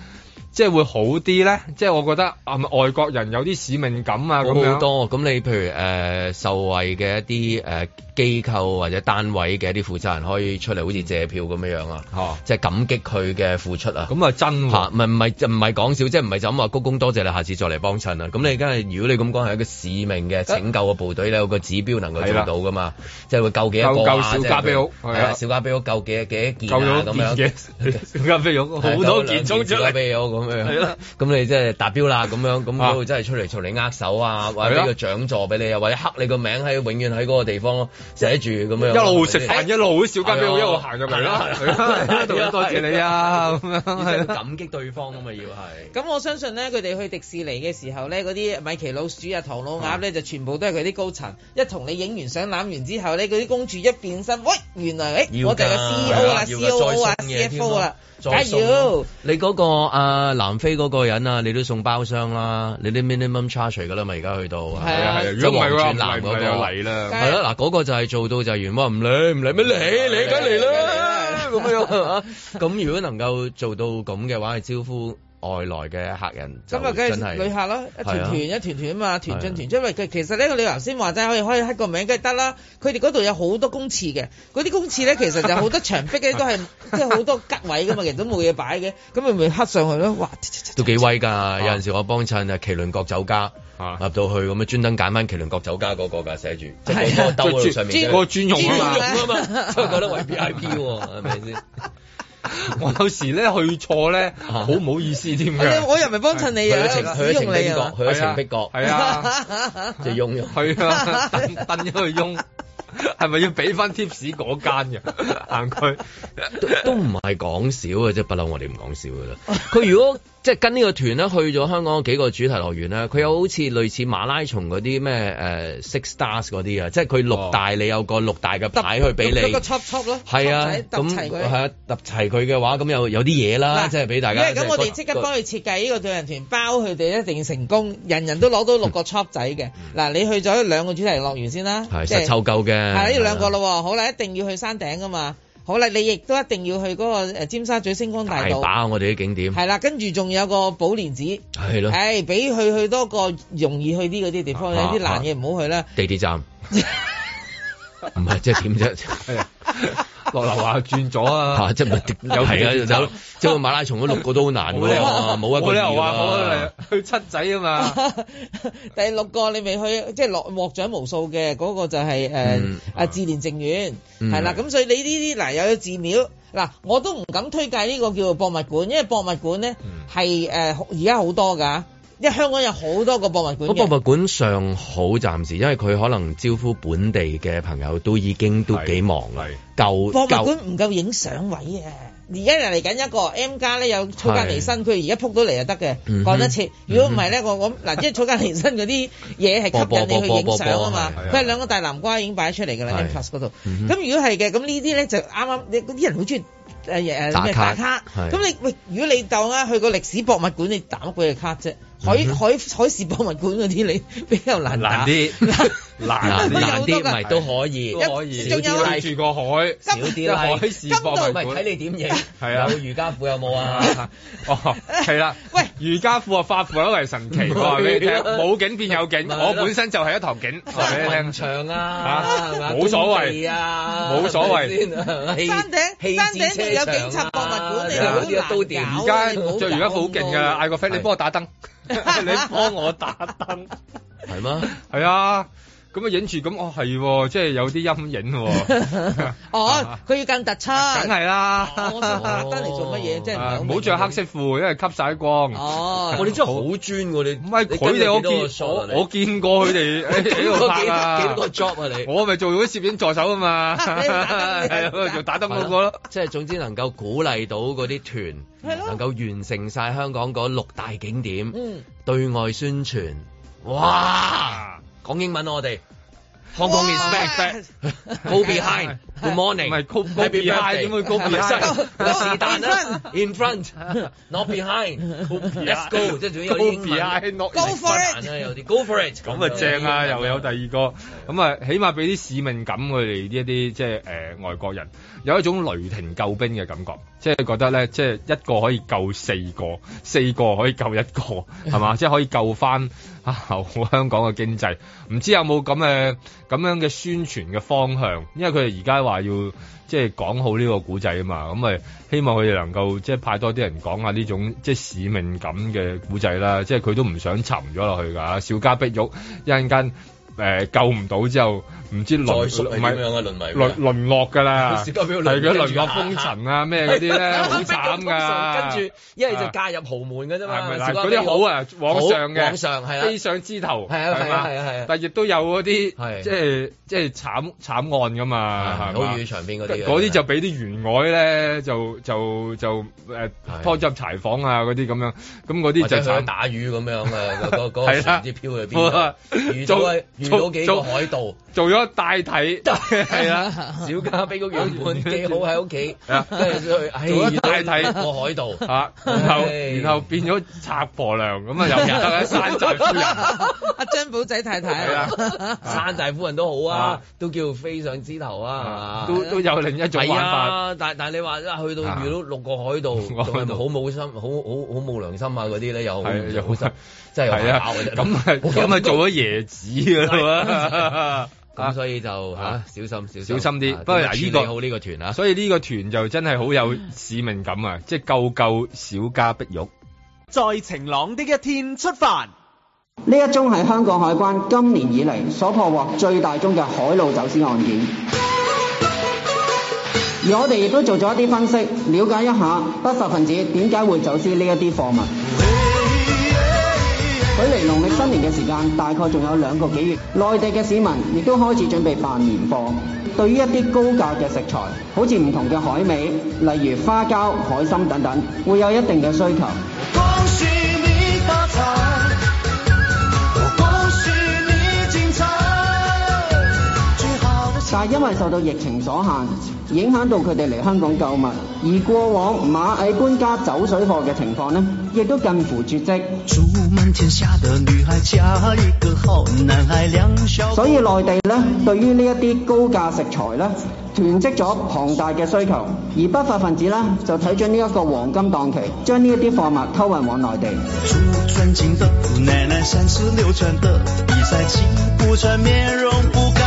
S3: 即係會好啲咧，即係我覺得啊，咪外國人有啲使命感啊咁
S2: 好
S3: 樣。
S2: 多咁，你譬如誒、呃受惠嘅一啲誒、呃、機構或者單位嘅一啲負責人可以出嚟，好似借票咁樣樣啊，
S3: 哦
S2: 即係感激佢嘅付出啊。
S3: 咁啊真
S2: 嚇，
S3: 喎，
S2: 唔係唔係唔係講笑，即係唔係就咁話鞠躬多謝你，下次再嚟幫襯啊！咁你梗係如果你咁講係一個使命嘅拯救嘅部隊，你有個指標能夠
S3: 係
S2: 做
S3: 啦
S2: 到噶嘛？即係會救幾多個啊？
S3: 救救小家
S2: 即係譬如
S3: 碧玉係
S2: 係
S3: 啊
S2: 啊，小家碧屋救幾幾
S3: 救
S2: 多件啊？咁
S3: 咗
S2: 樣
S3: 件嘅， 更加飛咗好多件衝出嚟。
S2: 俾我咁樣，
S3: 係啦
S2: 咁你即係達標啦，咁樣咁
S3: 啊
S2: 嗰度真係出嚟同你握手啊，
S3: 係
S2: 或者俾
S3: 啦
S2: 個獎座俾你啊，或者刻你個名喺永遠喺嗰個地方咯，寫住咁樣，
S3: 一路食飯一路小家碧玉
S2: 係啊
S3: 一路行入嚟啦，
S2: 係啊係啊
S3: 係啦多謝你啊咁 樣
S2: 要識
S3: 係
S2: 得
S3: 啦。
S2: 感激對方啊嘛，要係。
S4: 咁我相信咧，佢哋去迪士尼嘅時候咧，嗰啲米奇老鼠啊、唐老鴨咧，就全部都係佢啲高層，一同你影完相攬完之後咧，嗰啲公主一變身，喂，原來誒，
S2: 要
S4: 我就係個
S2: 㗎
S4: C E O 啦
S2: 要
S4: ，C
S2: 㗎
S4: O O 啊
S2: 再
S4: ，C
S2: 送嘢添
S4: F O
S2: 咯
S4: 啦，梗
S2: 再送
S4: 要
S2: 咯。你嗰個啊南非嗰個人啊，你都送包廂啦，你啲 minimum charge 㗎啦嘛，而家去到
S4: 係
S3: 係
S4: 啊
S3: 啊係啊，如果唔係嘅話，唔係唔係又嚟啦。
S2: 係啦，嗱嗰個就係做到就係原話唔理唔理咩理，你梗嚟啦咁樣係嘛？咁如果能夠做到咁嘅話，係招呼外來嘅客人就
S4: 咁啊，梗
S2: 真
S4: 係旅
S2: 係
S4: 客啦，一團團一團團啊嘛，團進
S2: 係啊
S4: 團出。因為佢其實呢個你頭先話齋可以可以刻個名，梗係得啦。佢哋嗰度有好多公廁嘅，嗰啲公廁咧其實就好多牆壁咧都 係即係好多吉位噶嘛，其實都冇嘢擺嘅，咁咪咪刻上去咯。哇！
S2: 都幾威㗎。有陣時我幫襯啊麒麟角酒家
S3: 啊
S2: 入到去咁樣，專登揀翻麒麟角酒家嗰個㗎，寫住即係嗰個兜嗰度上面
S3: 嗰
S2: 嘅
S3: 個專用啊嘛。
S2: 啊嘛，所以覺得為 V I P 喎，係咪先？
S3: 我有時咧去錯咧，好唔好意思添
S4: 我又
S3: 㗎。
S4: 哎我又唔係幫襯你
S2: 去咗
S4: 啊，
S2: 情去
S4: 使
S2: 咗情
S4: 用你
S2: 逼
S4: 啊
S2: 角，。去咗情逼角，
S3: 係啊，
S2: 就用咗。
S3: 係啊，蹬蹬咗佢翁，係咪要俾翻 tips 嗰間嘅行佢？
S2: 都都唔係講少嘅啫，不嬲我哋唔講少 嘅啦。佢如果即係跟呢個團咧，去咗香港幾個主題樂園咧，佢有好似類似馬拉松嗰啲咩誒 Six Stars 嗰啲啊，即係佢六大你有個六大嘅牌去俾
S4: 揼
S2: 你
S4: 個。top top 咯，
S2: 係啊，
S4: 揼
S2: 咁
S4: 齊佢。
S2: 係啊，揼齊佢嘅話，咁有有啲嘢啦，即係俾大家。
S4: 因為咁，我哋即刻幫
S2: 係
S4: 佢設計呢個隊人團，包佢哋一定成功，人人都攞到六個 top 仔嘅。嗱，你去咗兩個主題樂園先啦，
S2: 嗯係
S4: 即係
S2: 實湊夠嘅。
S4: 係呢兩個
S2: 啊
S4: 咯。好啦，一定要去山頂噶嘛。好啦，你亦都一定要去嗰個誒尖沙咀星光
S2: 大
S4: 大道，
S2: 把我哋啲景點。
S4: 係啦。跟住仲有個寶蓮寺，
S2: 係咯，
S4: 誒俾佢去多個容易去啲嗰啲地方，有
S2: 啊
S4: 啲難嘢唔好去啦。
S2: 地鐵站。唔係即係點啫？
S3: 係啊落樓下轉咗 啊
S2: 嚇！！即係咪有
S3: 有
S2: 係啊？有即係馬拉松嗰六個都好難
S3: 冇
S2: 㗎
S3: 理由啊
S2: 喎，冇一個
S3: 冇理由
S2: 話
S3: 話我嚟去七仔啊嘛，
S4: 第六個你未去，即係落獲獎無數嘅嗰、個就係誒啊
S2: 嗯
S4: 阿志蓮淨苑，
S2: 嗯
S4: 係啦、咁所以你呢啲嗱又有寺廟，嗱我都唔敢推介呢個叫做博物館，因為博物館咧
S3: 嗯
S4: 係誒而家好多㗎，因為香港有好多個博物館
S2: 嗰博
S4: 嘅。
S2: 物館尚好暫時，因為佢可能招呼本地嘅朋友都已經都幾忙啦
S3: 係，
S2: 夠
S4: 博物
S2: 夠
S4: 館唔夠影相位啊！而家嚟緊一個 M 加咧有草間彌生，佢而家撲到嚟就得嘅
S2: 嗯，哼
S4: 講得切。如果唔係咧，我我嗱，即係草間彌生嗰啲嘢係吸
S2: 播
S4: 引
S2: 播
S4: 你去
S2: 播
S4: 影
S2: 播
S4: 相啊
S2: 播
S4: 嘛
S2: 係
S3: 啊。
S4: 佢係兩個大南瓜已經擺出嚟㗎啦
S2: 係
S4: ，M Plus 嗰度。
S2: 嗯
S4: 咁如果係嘅，咁呢啲咧就啱啱你嗰啲人好中意。誒誒
S2: 打
S4: 咩打
S2: 卡
S4: 卡？
S2: 係
S4: 咁你喂，如果你當啊去個歷史博物館，你打乜鬼嘅卡啫？海
S2: 嗯哼
S4: 海海事博物館嗰啲你比較難打
S3: 難。啲，難
S2: 難
S4: 有
S3: 啲。
S2: 難
S4: 好多
S2: 啲，
S4: 㗎
S2: 唔係都可以，
S3: 都可以，
S4: 仲有啊
S3: 對住個海，
S2: 少啲啦，
S3: 海事博物
S2: 唔
S4: 金
S2: 係睇
S3: 館。
S2: 你點影，
S3: 係啊
S2: 有瑜伽褲有冇啊？
S3: 哦，係啦，
S4: 喂
S3: 瑜伽褲啊，化腐朽為神奇，我話 俾你聽，冇景變有景，
S2: 咪係咯
S3: 我本身就係一頭景，我話俾你
S2: 雲
S3: 聽，
S2: 場
S3: 啊
S2: 啊，係嘛
S3: 冇所謂
S2: 工地啊，
S3: 冇所謂
S2: 謂
S4: 山頂山頂仲有警察博物館你
S3: 好
S2: 啲都
S4: 難搞
S3: 而
S4: 啊
S3: 家
S4: 你唔好
S3: 就而家好勁㗎
S4: 搞咁多
S3: 啦，嗌個 friend 你 幫我打燈，你幫我打燈，
S2: 係嗎？
S3: 係啊，咁啊影住咁，哦係喎，即係有啲陰影喎，
S4: 哦，
S2: 啊
S4: 佢要更突出。
S3: 梗係啦，
S4: 哦 我想話得嚟做乜嘢？即係
S3: 啊
S4: 好
S3: 唔
S4: 明
S3: 好着黑色褲，因為吸晒光。
S4: 哦，
S2: 我哋真係好專喎，你
S3: 唔係佢哋，我見我我 見過佢 哋喺
S2: 幾
S3: 喺
S2: 多
S3: 度
S2: 幾
S3: 拍
S2: 幾多個
S3: 啊！
S2: job 啊你？
S3: 我咪做咗攝影助手啊嘛，
S4: 你打燈
S3: 係啊，做打燈嗰個咯。
S2: 即係總之能夠鼓勵到嗰啲團，
S4: 係咯
S2: 能夠完成晒香港嗰六大景點，
S4: 嗯，
S2: 對外宣傳。哇！講英文啊我哋，Hong Kong is back, go behind, good morning，
S3: 唔係，go- go
S2: Happy
S3: behind，
S2: birthday
S3: 點會 go
S2: 係咪 真
S3: behind？
S2: 係是但啦
S3: 哦
S2: ，in front，not behind，let's go，即係仲要有英文。
S4: Go for it
S2: 是但啦有啲 go for it，
S3: 咁啊正啊，又有第二個，咁啊起碼俾啲使命感佢哋呢一啲即係誒外國人有一種雷霆救兵嘅感覺，即係覺得咧，即係一個可以救四個，四個可以救一個，係嘛？即係可以救翻啊香港嘅經濟。唔知有冇咁嘅咁樣嘅宣傳嘅方向？因為佢哋而家話要即係講好呢個古仔啊嘛，咁咪希望佢哋能夠即係派多啲人講下呢種即係使命感嘅古仔啦。即係佢都唔想沉咗落去㗎，小家碧玉一陣間誒救唔到之後，唔知
S2: 再
S3: 淪
S2: 熟係
S3: 唔
S2: 點
S3: 係
S2: 樣啊？淪為
S3: 淪淪落㗎啦，
S2: 小家碧玉淪
S3: 係佢
S2: 跟
S3: 淪
S2: 住
S3: 落
S2: 下
S3: 風塵啊咩嗰啲 咧，好慘㗎。啊
S2: 跟住一係就嫁入豪門嘅啫嘛。
S3: 係咪
S2: 小
S3: 嗱？
S2: 家
S3: 嗰
S2: 碧玉
S3: 啲好啊，往上嘅，
S2: 往上係啦
S3: 飛上枝頭，
S2: 係啊係啊
S3: 嘛
S2: 係啊係啊
S3: 但亦都有嗰
S2: 係
S3: 啲即係即係慘慘案噶啊嘛，係
S2: 啊好
S3: 嘛
S2: 雨場邊嗰啲啊，
S3: 嗰啲就俾啲員外咧，就就就誒
S2: 係
S3: 拖入柴房啊嗰啲咁樣，咁嗰啲
S2: 或者
S3: 就
S2: 去咗
S3: 慘。
S2: 打魚咁樣啊，嗰嗰嗰個
S3: 係啦
S2: 船唔知飄去 邊啊，遇到
S3: 做
S2: 遇
S3: 做
S2: 到幾個
S3: 做
S2: 海盜。
S3: 做咗大 體，係啦，
S2: 小家碧玉原本幾好喺屋企，
S3: 啊係啊
S2: 跟住去，唉，
S3: 做咗
S2: 遇到
S3: 大啊體
S2: 個海 盜，
S3: 嚇，然後
S2: 唉
S3: 然後變咗賊婆娘咁啊，又唔得啦，山寨夫人，
S4: 阿張寶仔太太啊，
S2: 山寨夫人都好啊
S3: 啊，
S2: 都叫飛上枝頭啊，係嘛
S3: 都都有另一種
S2: 係
S3: 玩法。
S2: 啊，但但你話啊去到遇到六個海 盜，
S3: 六個海
S2: 仲
S3: 盜
S2: 係咪好冇心、好好好冇良心啊嗰啲咧，又好
S3: 係
S2: 又
S3: 又
S2: 好心，真係
S3: 係
S2: 有
S3: 啊
S2: 考嘅，啫
S3: 咁啊咁啊做咗椰子㗎啦喎
S2: 咁
S3: 啊
S2: 所以就嚇
S3: 啊
S2: 小心小心
S3: 小心啲
S2: 啊
S3: 不過
S2: 點樣
S3: 嗱
S2: 處
S3: 呢個
S2: 理好呢個團啊，
S3: 所以呢個團就真係好有
S2: 嗯
S3: 使命感啊！即係救救小家碧玉。
S5: 在晴朗的一天出發。
S8: 呢一宗係香港海關今年以嚟所破獲最大宗嘅海路走私案件。而我哋亦都做咗一啲分析，了解一下不法分子點解會走私呢一啲貨物。距離農曆新年嘅時間大概仲有兩個幾月，內地嘅市民亦都開始準備辦年貨。對於一啲高價嘅食材，好似唔同嘅海味，例如花膠、海參等等，會有一定嘅需求。
S7: 恭喜你發財，我恭喜你精彩。最好的
S8: 但係因為受到疫情所限，影響到佢哋嚟香港購物，而過往螞蟻搬家走水貨嘅情況呢，亦都近乎絕跡。
S9: 祝滿天下的女孩嫁一個好男孩，兩小
S8: 所以內地呢，對於呢一啲高價食材呢，囤積咗龐大嘅需求，而不法分子呢，就睇準呢一個黃金檔期，將呢一啲貨物偷運往內地。
S9: 珠尊敬的姑奶奶，三十六轉的比賽，氣不喘，面容不改。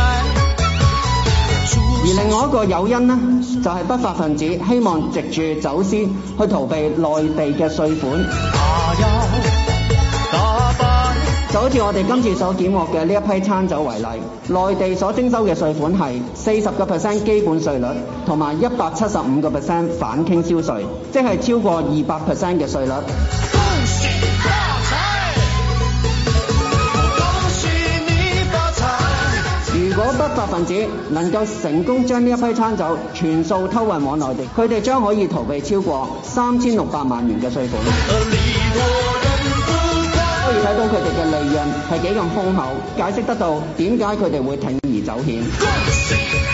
S8: 而另外一個誘因呢，就係、不法分子希望藉住走私去逃避內地嘅稅款。就好似我哋今次所檢獲嘅呢一批餐酒為例，內地所徵收嘅稅款係四十個 percent 基本稅率，同埋一百七十五個 percent 反傾銷稅，即係超過二百 percent 嘅稅率。如果不法分子能夠成功將呢一批餐酒全數偷運往內地，佢哋將可以逃避超過三千六百萬元嘅稅款。可以睇到佢哋嘅利潤係幾咁豐厚，解釋得到點解佢哋會鋌而走險。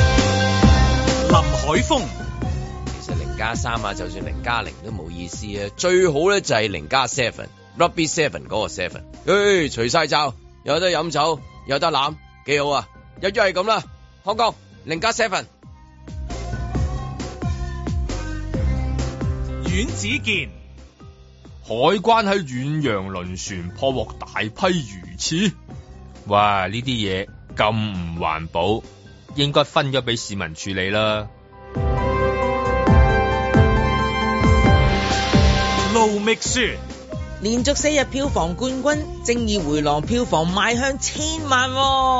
S1: 林海峰、
S2: 其實零加三啊，就算零加零都冇意思啊。最好咧就係零加 seven，rugby seven 嗰個 seven。誒，除晒罩，有得飲酒，有得攬，幾好啊！一於係咁啦，香港零加 seven。
S1: 阮子健、
S3: 海關喺遠洋輪船破獲大批魚翅，哇！呢啲嘢咁唔環保，應該分咗俾市民處理啦。
S1: 盧覓雪、
S4: 連續四日票房冠軍，《正義回廊》票房邁向千萬、喎。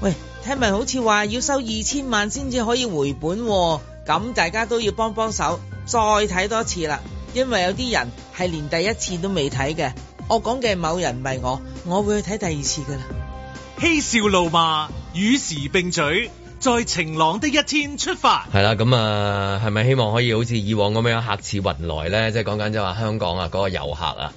S4: 喂，聽聞好似話要收二千萬先至可以回本、喎，咁大家都要幫幫手，再睇多次啦。因為有啲人係連第一次都未睇嘅。我講嘅係某人唔係我，我會去睇第二次噶啦。
S1: 嬉笑怒罵，與時並舉，在晴朗的一天出發。
S2: 係啦，咁啊，係咪希望可以好似以往咁樣客似雲來咧？即係講緊即係話香港啊，嗰個遊客啊。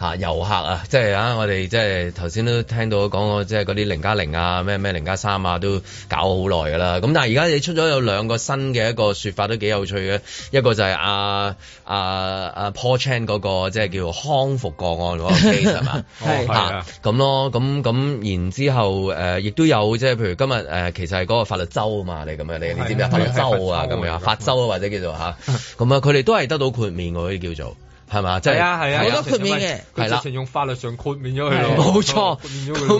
S2: 嚇遊客啊，即係啊！我哋即係頭先都聽到講過，即係嗰啲零加零啊、咩咩零加三啊，都搞好耐㗎啦。咁但係而家你出咗有兩個新嘅一個説法都幾有趣嘅，一個就係阿阿阿 Paul Chan 嗰、個即係叫做康復個 案嗰個 case 係嘛？
S3: 係
S2: 嚇
S3: 啊
S2: 咁咯，咁咁然之後誒，呃亦、都有即係譬如今日誒、呃其實係嗰個法律周啊嘛，你咁樣你你知唔知啊
S3: 係
S2: 法律周啊
S3: 係
S2: 咁樣
S3: 係
S2: 法周啊或者叫做嚇，咁啊佢哋都係得到豁免喎，可以叫做係嘛？即係
S3: 係啊係啊，
S4: 我覺
S2: 係
S4: 得
S2: 啊
S4: 豁免嘅
S3: 佢
S2: 係啦
S3: 直情用法律上豁免咗佢咯，
S2: 冇錯
S3: 豁，免咗佢咯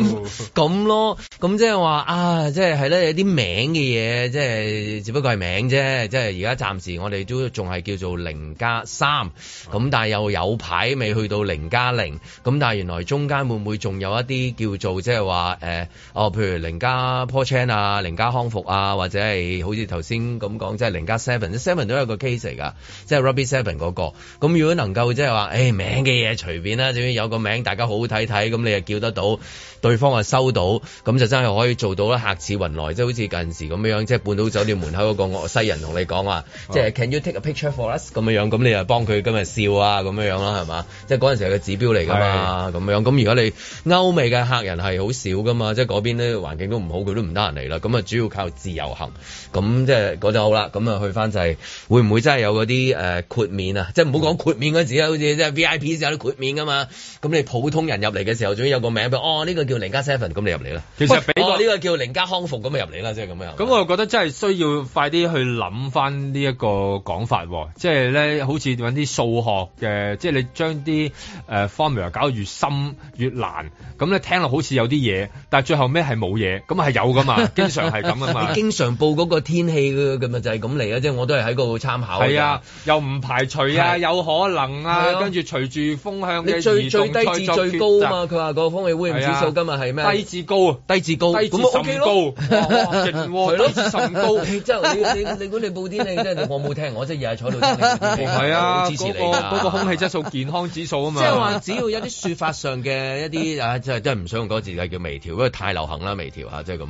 S2: 咁咁咯，咁即係話啊，即係係咧有啲名嘅嘢，即係只不過係名啫，即係而家暫時我哋都仲係叫做零加三，咁但係又有牌未去到零加零，咁但係原來中間會唔會仲有一啲叫做即係話誒哦，譬如零加 p o c h a n 啊，零加康復啊，或者係好似頭先咁講，即係零加 seven，seven 都有個 case 嚟㗎，即係 Ruby Seven 嗰、個。咁如果能夠即係話，誒、名嘅嘢隨便啦，總之有個名大家好好睇睇，咁你又叫得到，對方又收到，咁就真係可以做到啦，客似雲來，即係好似近時咁樣，即係半島酒店門口嗰個外西人同你講話，即係 Can you take a picture for us 咁樣樣，咁你又幫佢今日笑啊咁樣樣啦，係嘛？即係嗰陣時係個指標嚟㗎嘛，咁樣。咁而家你歐美嘅客人係好少㗎嘛，即係嗰邊咧環境都唔好，佢都唔得人嚟啦。咁啊，主要靠自由行。咁即係嗰就好啦。咁啊，去翻就係、會唔會真係有嗰啲誒豁免啊？即係唔好講豁免嗰字啊，好似即係 V I P 有啲豁免㗎嘛。咁你普通人入嚟嘅時候，總之有個名俾哦，呢、個叫零加 seven，咁你入嚟啦。
S3: 其實俾個
S2: 哦呢、個叫零加康復，咁咪入嚟啦，即係咁樣。
S3: 咁我又覺得真係需要快啲去諗翻呢一個講法喎，即係咧好似揾啲數學嘅，即係你將啲誒 formula 搞得越深越難，咁咧聽落好似有啲嘢，但係最後尾係冇嘢，咁係有噶 嘛，經常係咁噶嘛
S2: 你。經常啊報嗰個天氣嘅咁咪就係咁嚟啊！即係我都係喺嗰度參考㗎
S3: 係啊，又唔排除啊，
S2: 係
S3: 有可能
S2: 係
S3: 啊，
S2: 啊
S3: 跟住隨住風向嘅
S2: 你最
S3: 移
S2: 最
S3: 動
S2: 低
S3: 再
S2: 至
S3: 作
S2: 最
S3: 抉
S2: 高
S3: 擇
S2: 啊嘛，佢話個風氣污染指數今日係咩？
S3: 低至高啊，
S2: 低至高，
S3: 低至
S2: 咁啊 OK
S3: 甚高，
S2: 咯。
S3: 哇勁喎，低至甚高。
S2: 你真係你你你估你報天氣真係我冇聽，我真係日日坐 到聽你報天氣
S3: 係啊，
S2: 我支持
S3: 嗰
S2: 你
S3: 個
S2: 㗎
S3: 嗰個空氣質素健康指數啊
S2: 即
S3: 嘛。
S2: 係話，只要一啲説法上嘅一啲 啊，即係真係唔想用嗰個字嘅叫微調，因為太流行啦，微調嚇，即係咁。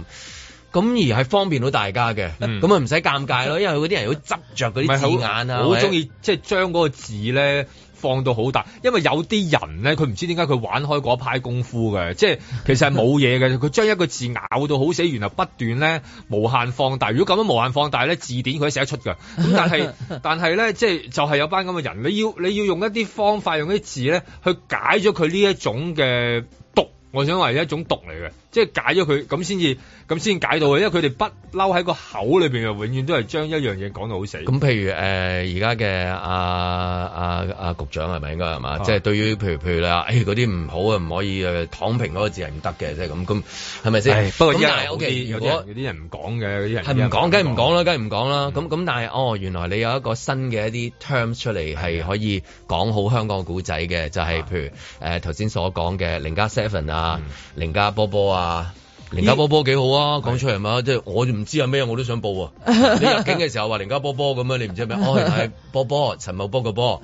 S2: 咁而係方便到大家嘅，
S3: 嗯
S2: 咁啊唔使尷尬咯，因為嗰啲人好執着嗰
S3: 唔
S2: 啲
S3: 係
S2: 字
S3: 好
S2: 眼啊，
S3: 好
S2: 或者
S3: 中意即係將嗰個字咧放到好大，因為有啲人咧，佢唔知點解佢玩開嗰派功夫嘅，即係其實係冇嘢嘅，佢將一個字咬到好死，然後不斷咧無限放大。如果咁樣無限放大咧，字典佢都寫得出㗎。咁但 係但係咧，即係就係有班咁嘅人，你要你要用一啲方法，用一啲字咧去解咗佢呢一種嘅毒，我想話係一種毒嚟嘅，即係解咗佢，咁先至咁先解到嘅，因為佢哋不嬲喺個口裏邊，永遠都係將一樣嘢講到好死。
S2: 咁譬如誒而家嘅阿阿阿局長係咪應該係
S3: 啊
S2: 嘛？即係對於譬如譬如啦，誒嗰啲唔好啊，唔可以誒躺平嗰個字係唔得嘅，即係咁咁係咪先
S3: 唉？不過
S2: 咁
S3: 依
S2: 但
S3: 家
S2: 係
S3: 有
S2: OK，
S3: 啲有啲人
S2: 如果
S3: 有啲人唔講嘅，有啲人
S2: 係唔講，梗係唔講啦，梗係唔講
S3: 嗯
S2: 啦。咁咁，但係哦，原來你有一個新嘅一啲 terms 出嚟，係可以講好香港嘅古仔嘅，就係、
S3: 啊
S2: 譬如誒頭先所講嘅零加 seven 啊
S3: 嗯，
S2: 零加波波啊。零加波波幾好啊！講出嚟嘛，即係我唔知係咩，我都想報 啊！你入境嘅時候話零加波波咁樣，你唔知係咩？哦，原來係波波，陳茂波 個波，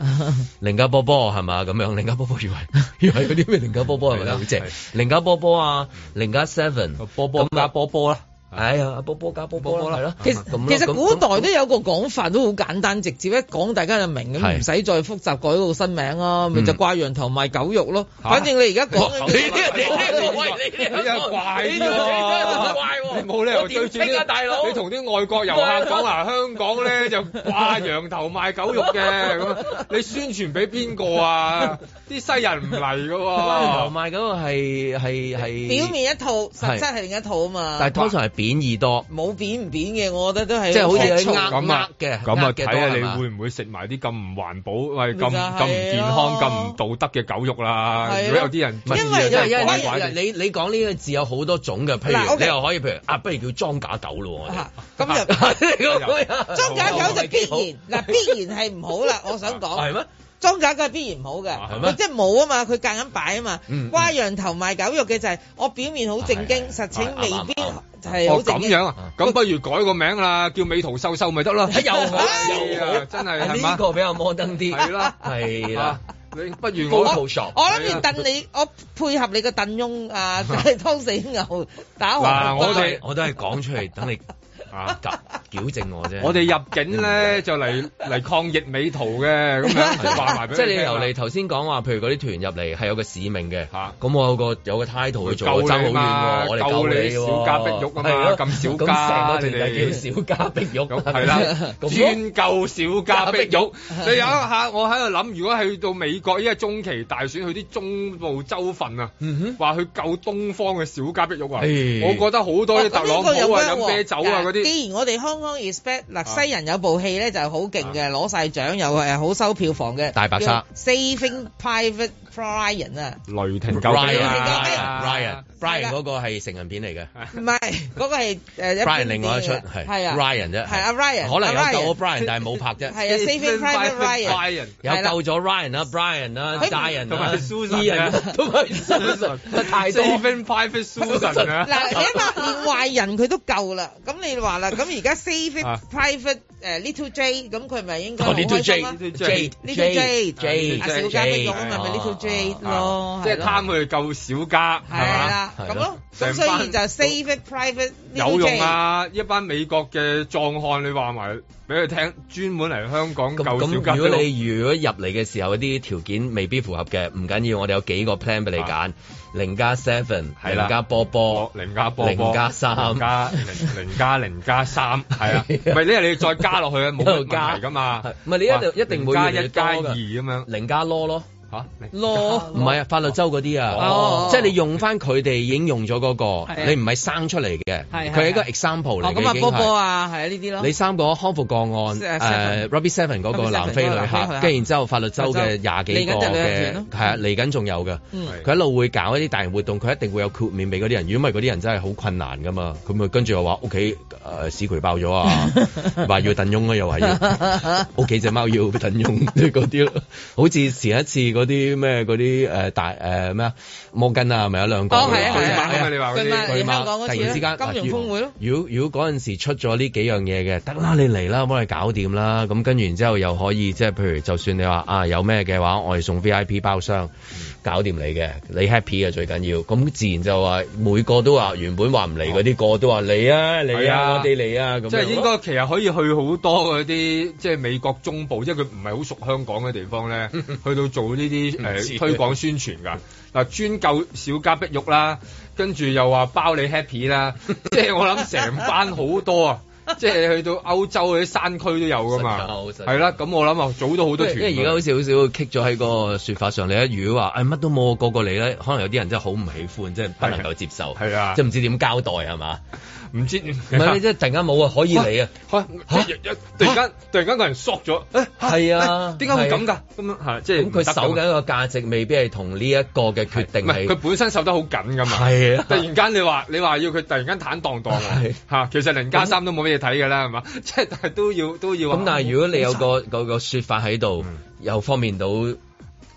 S2: 零加波波係嘛咁樣？零加波波以為以為嗰啲咩零加波波係
S3: 係
S2: 咪
S3: 啦
S2: 好正
S3: 係？
S2: 零加波波啊，零加 seven，
S3: 個波波
S2: 咁啊
S3: 加波波啦。
S2: 哎呀，波波加波波啦，係咯。
S4: 其
S2: 啊咁咯
S4: 其實
S2: 咁
S4: 古代
S2: 咁
S4: 都有個講法都好簡單直接，一講大家就明咁，
S2: 係
S4: 唔使再複雜改個新名啊，咪
S2: 嗯
S4: 就掛羊頭賣狗肉咯。
S3: 嚇
S4: 反正你而家 講緊
S2: 你呢你呢個喂你呢個
S3: 你真係怪
S2: 你
S3: 啲
S2: 呢個
S3: 喎，
S2: 怪喎
S3: 你冇理由對住
S2: 我點
S3: 啲
S2: 識啊大佬
S3: 你同啲外國遊客講嗱，香港咧就掛羊頭賣狗肉嘅，咁你宣傳俾邊個啊？啲西人唔嚟
S2: 牛
S3: 㗎喎。
S2: 賣嗰個哦係係係
S4: 表，面一套，實
S2: 係
S4: 質係另一套啊嘛。
S2: 但係通常係貶義多，
S4: 冇扁唔扁嘅，我覺得都係
S2: 即係好似
S4: 學
S2: 你
S4: 錯
S2: 呃
S3: 咁啊
S2: 呃嘅，
S3: 咁啊，
S2: 呃嘅
S3: 睇
S2: 多
S3: 下
S2: 係
S3: 你
S2: 嘛
S3: 會唔會食埋啲咁唔環保、
S4: 咪
S3: 喂
S4: 就
S3: 咁
S4: 係
S3: 咁唔健
S4: 咯
S3: 康、咁唔道德嘅狗肉啦？
S4: 係咯
S3: 如果有啲人
S2: 唔係
S4: 因為
S2: 因為因為
S4: 因為
S2: 因為你你講呢個字有好多種嘅，譬
S4: 嗱
S2: 如
S4: ，OK
S2: 你又可以譬如啊，不如叫裝假狗咯，我哋
S4: 嚇 咁就裝假狗就必 然嗱，必然係唔好啦。我想
S2: 係
S4: 講
S2: 咩？
S4: 裝假狗係必然唔好嘅
S2: 係，咩
S4: 佢即係冇啊嘛，佢夾硬擺啊嘛
S2: 嗯嗯。
S4: 瓜羊頭賣狗肉嘅就係我表面好正經，
S2: 係
S4: 實情
S2: 係
S4: 未
S2: 啱
S4: 必
S2: 啊啱
S4: 係好
S3: 哦
S4: 正
S3: 咁
S4: 經。
S3: 樣啊，咁不如改個名啦，叫美圖秀秀咪得 啦。
S2: 又哎好又
S3: 哎
S2: 好
S3: 呀，真係係
S2: 呢
S3: 嘛
S2: 個比較摩登啲，
S3: 係啦
S2: 係啦
S3: 啊。你不如
S2: 我
S3: 我
S2: 套索
S4: 我諗住燉你，我配合你個燉翁 啊，就係湯死牛打荷
S3: 嗱我
S4: 包
S3: 哋
S2: 啊我都係講出嚟，等你
S3: 啊。
S2: 糾矯正我啫。
S3: 我哋入境咧就 嚟嚟抗疫美圖嘅咁 樣話埋俾
S2: 即係你
S3: 聽啦啊
S2: 由你頭先講話，譬如嗰啲團入嚟係有個使命嘅，
S3: 嚇
S2: 咁我有個有個 title 去做，
S3: 救
S2: 爭好
S3: 你嘛
S2: 遠喎，我哋救你
S3: 救你小家碧玉啊嘛
S2: 係咯
S3: 咁小家
S2: 咁成個
S3: 你
S2: 團
S3: 哋
S2: 體叫小家碧玉，啊
S3: 咁係啦，
S2: 咁
S3: 專救小家碧玉。你有一下，我喺度諗，如果去到美國，依家中期大選，去啲中部州份啊，
S2: 嗯
S3: 話去救東方嘅小家碧玉啊，
S2: 唉
S3: 我覺得好多啲特朗
S4: 哦
S3: 普啊、
S4: 咁呢個有
S3: 飲
S4: 關喎
S3: 啤酒啊嗰啲，
S4: 既然我哋香港 respect 嗱，
S3: 啊
S4: 西人有部戲咧就係好勁嘅，攞晒獎又係好收票房嘅。
S2: 大白鯊
S4: Saving Private Ryan 啊，
S3: 雷霆
S2: 哼
S3: 救兵啊
S2: ，Ryan，Ryan，Ryan，
S4: 係啦
S2: Ryan 嗰個係成人片嚟嘅。
S4: 唔係嗰個係誒一
S2: Brian 另外一出
S4: 係
S2: 係
S4: 係啊
S2: Ryan 啫，
S4: 係啊 Ryan
S2: 可能
S4: 啊
S2: 有救
S4: Ryan
S2: 咗 Brian，但係冇拍啫。
S4: 係啊 Saving Private Ryan 係啦
S2: 有救咗 Ryan 啦、Brian 啦、
S4: 佢
S2: Dian
S3: 同
S2: 啦、
S3: 埋 Susan
S2: Ian 啦
S3: 啊
S2: 同埋 Susan，太 多。
S3: Saving Private Susan 啊，
S4: 嗱，你諗下，連壞人佢都夠啦，咁你話啦，咁而家 Saving
S3: 啊
S4: Private 誒 Little J，咁佢咪應該好
S2: 哦，Little
S4: 開
S2: J
S4: 心啊？
S2: J
S4: Little J
S2: J
S4: 啊
S3: J，
S4: 小家碧玉啊嘛，咪
S2: 哦
S4: Little J
S3: 啊
S4: 咯，
S2: 哦
S3: 即係
S4: 係咯
S3: 貪佢救小家，係
S4: 係
S3: 嘛？
S4: 啦，
S2: 係
S4: 咁
S2: 咯
S4: 咯，咁
S3: 成
S4: 所以
S3: 班
S4: 就 Saving Private
S3: 有
S4: Little
S3: 用
S4: J。
S3: 啊！一班美國嘅壯漢，你話埋俾佢聽，專門嚟香港救
S2: 咁
S3: 小
S2: 咁，
S3: 家
S2: 如果
S3: 碧玉。
S2: 你如果入嚟嘅時候啲條件未必符合嘅，唔緊要，我哋有幾個 plan 俾你揀，零加 seven，
S3: 係啦
S2: 零加波波
S3: 波，零加波波，
S2: 零加三
S3: 零加零零加零加三，係 啊，唔係呢？你再加落去啊，冇
S2: 一路
S3: 乜
S2: 加
S3: 問題噶嘛。
S2: 係唔係你一定一定會
S3: 加
S2: 越嚟
S3: 一
S2: 越
S3: 加二
S2: 多㗎
S3: 咁樣
S2: 零加 law 咯。
S3: 嚇，你
S4: 咯，
S2: 唔係啊，法律州嗰啲啊
S4: 哦，
S2: 即係你用翻佢哋已經用咗嗰個
S4: 係，啊
S2: 你唔係生出嚟嘅，
S4: 係
S2: 佢
S4: 係
S2: 係一個
S4: 哦
S2: example 嚟嘅
S4: 咁啊
S2: 已經
S4: 波波
S2: 係。
S4: 啊，係啊呢啲咯
S2: 你。三個康復個案，誒
S4: Seven
S2: Robbie Seven 嗰
S4: Robbie Seven 嗰個
S2: 個南非旅
S4: 南非旅
S2: 客
S4: 客，
S2: 跟住然之後法律州嘅廿幾個
S4: 嚟緊就旅行團
S2: 嘅
S4: 咯，
S2: 係啊嚟緊仲有㗎。
S4: 嗯
S3: 係
S2: 佢一路會搞一啲大型活動，佢一定會有豁免俾嗰啲人。如果唔係，嗰啲人真係好困難噶嘛。咁咪跟住又話屋企誒屎渠爆 咗啊，話要燉翁啊，又話要屋企只貓要燉翁， 即係嗰啲咯。好似前一次嗰啲咩嗰啲誒大誒咩啊摩根啊，咪有兩個
S4: 哦係啊
S2: 巨
S4: 係
S2: 馬
S4: 啊
S3: 係啊你話嗰啲
S4: 巨馬
S2: 巨
S4: 嚟
S2: 馬
S4: 香港嗰
S2: 突然之
S4: 次
S2: 間啊
S4: 咯，金融峰會咯。
S2: 如果如果嗰陣時出咗呢幾樣嘢嘅，得啦，你嚟啦，幫你搞掂啦。咁跟住然之後又可以即係譬如，就算你話啊有咩嘅話，我哋送 V I P
S3: 嗯
S2: 包廂搞掂你嘅，你 happy 啊最緊要。咁自然就話每個都話原本話唔嚟嗰啲個都話嚟啊嚟
S3: 哦係
S2: 啊
S3: 啊
S2: 我哋嚟啊咁。
S3: 即係應該其實可以去好多嗰啲即係美國中部，即係佢唔係好熟香港嘅地方 咧，去到做呢啲
S2: 唔知
S3: 誒推廣宣傳㗎。嗱，專救小家碧 玉啦，跟住又話包你 happy 啦，即係我諗成班好多啊。即係你去到歐洲嗰啲山區都有㗎嘛
S2: 實有實有，
S3: 係啦，咁我諗啊，早到好多
S2: 因為
S3: 團
S2: 因
S3: 㗎啦，
S2: 為而家好似好少棘咗喺個説法上，你一如果話誒乜都冇，個個嚟咧，可能有啲人真係好唔喜歡，即係不能夠接受，
S3: 係啊
S2: 即係唔知點交代係嘛？
S3: 唔知唔
S2: 唔係你即係突然間冇啊，可以嚟啊，
S3: 嚇！突然間，突然間個人縮咗，誒
S2: 係啊
S3: 點解會咁㗎？咁樣係即係
S2: 咁佢守
S3: 手
S2: 緊一個價值，未必係同呢一個嘅決定
S3: 唔係佢
S2: 係
S3: 本身守得好緊㗎嘛。
S2: 係啊
S3: 突然間你話你話要佢突然間坦蕩蕩
S2: 係
S3: 喎嚇，其實零加三都冇乜嘢睇㗎啦，係嘛？ 即係但係都要都要。
S2: 咁，但係如果你有個個個説法喺度，又方便到。
S3: 嗯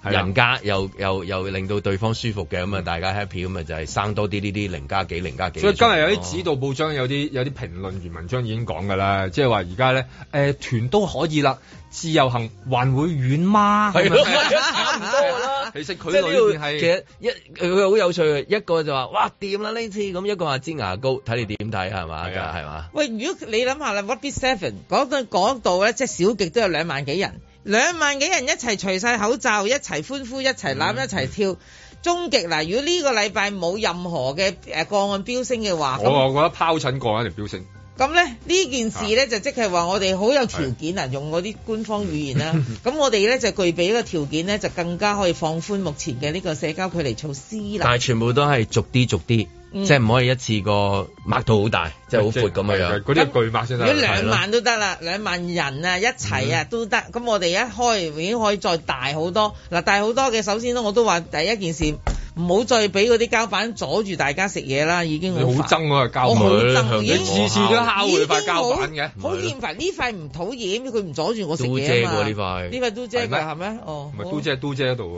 S3: 係啦嗯
S2: 人家又又又令到對方舒服嘅咁啊，大家 happy 咁啊，就係生多啲呢啲零加幾零加幾。
S3: 所以今日有啲指導報章有啲有啲評論員文章已經講㗎啦，即係話而家咧誒團都可以啦，自由行還會遠嗎？
S2: 係咯
S3: 咁樣
S2: 差唔多啦
S3: 其實佢
S2: 即係呢度
S3: 裏邊係
S2: 其實一佢好有趣嘅，一個就話哇掂啦呢次，咁一個話支牙膏，睇你點睇係嘛？
S3: 係啊
S2: 係嘛？
S4: 喂，如果你諗下啦，What be seven 嗰度嗰度咧，即係少極都有兩萬幾人，兩萬幾人一齊除晒口罩，一齊歡呼，一齊
S2: 嗯
S4: 攬，一齊跳。終極嗱，如果呢個禮拜冇任何嘅誒個案飆升嘅話，咁
S2: 啊
S3: 我我覺得拋診過一條飆升。
S4: 咁咧呢件
S3: 啊
S4: 事咧就即係話我哋好有條件啊，用嗰啲官方語言啦。 咁我哋咧就具備呢個條件咧，就更加可以放寬目前嘅呢個社交距離措施
S2: 但
S4: 啦
S2: 係。全部都係逐啲逐啲，
S4: 嗯
S2: 即係唔可以一次過擘到好大，即係好闊咁樣樣。
S3: 嗰啲係巨擘先
S4: 如
S3: 得。
S4: 果
S3: 係嗯
S4: 兩
S3: 咯
S4: 萬都得啦，兩萬人啊一齊啊都得，咁我哋一開已經可以再大好多。嗱，大好多嘅首先咧，我都話第一件事唔好再俾嗰啲膠板阻住大家食嘢啦，已經
S3: 你好憎啊嗰個
S4: 我好
S3: 膠盤，
S4: 憎，已
S3: 你
S4: 經
S3: 次次都敲佢塊膠板
S4: 已
S3: 嘅
S4: 經，好好厭煩呢塊唔討厭，佢唔阻住我食
S2: 都
S4: 嘢
S2: 遮
S4: 啊嘛。
S2: 過呢塊
S4: 呢塊都遮㗎
S3: 係咩
S4: 係咩？哦
S3: 唔，係都姐都姐喺度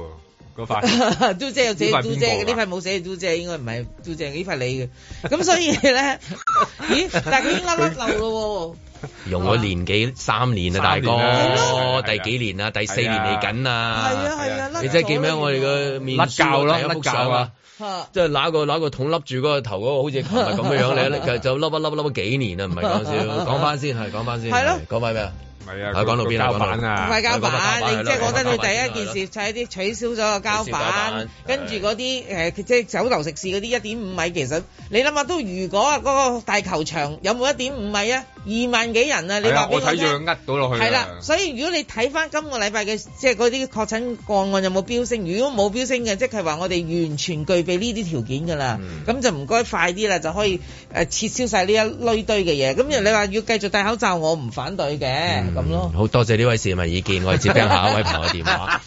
S3: 喎，嗰塊啊
S4: 好 都遮有自己
S3: 呢塊
S4: 都遮嘅，
S3: 邊個
S4: 呢塊
S3: 㗎
S4: 冇寫係都遮，應該唔係都遮，呢塊你嘅。咁所以咧，咦？但係佢已經甩甩漏咯喎。
S2: 用咗年幾三年啊，大
S3: 三年啦
S2: 哥，
S3: 係
S2: 第
S3: 啊
S2: 幾年啊？第四年嚟緊
S4: 係啊
S2: 啊！
S4: 係啊，甩
S2: 你真係記
S4: 咗
S2: 唔記得
S4: 啦
S2: 我哋
S4: 原來
S2: 嘅面
S3: 甩
S2: 書
S3: 臼啦
S2: 第一幅
S3: 甩臼
S2: 相
S3: 啊！
S4: 嚇
S2: 即係揦個揦個桶笠住嗰個頭嗰個，好似琴日 咁樣樣，你就就笠一笠笠咗幾年啊，唔係講笑。講翻先，係講翻先，
S4: 係咯
S2: 講翻咩啊？
S3: 唔係啊，
S2: 係講到
S3: 個
S2: 邊啊
S3: 膠板啊，
S4: 塊膠板，
S2: 係
S4: 你即係
S2: 嗰
S4: 覺
S2: 個膠板
S4: 得佢第一件事就係啲取消咗個膠
S2: 取消膠
S4: 板
S2: 板，
S4: 跟住嗰啲誒即係酒樓食肆嗰啲一點五米，其實你諗下都如果啊嗰個大球場有冇一點五米啊？二萬幾人啊！你
S3: 係
S4: 話
S3: 啊，
S4: 俾
S3: 我
S4: 我
S3: 睇住
S4: 聽
S3: 佢。呃到落
S2: 啊
S3: 去。
S4: 係啦，所以如果你睇翻今個禮拜嘅即係嗰啲確診個案有冇飆升，如果冇飆升嘅，即係話我哋完全具備呢啲條件㗎啦，
S2: 嗯
S4: 咁、就唔該快啲啦，就可以誒、呃撤銷晒呢一類堆嘅嘢。咁
S2: 嗯
S4: 你話要繼續戴口罩，我唔反對嘅咁、咯。
S2: 好多謝呢位市民意見，我哋接聽下一位朋友 電話。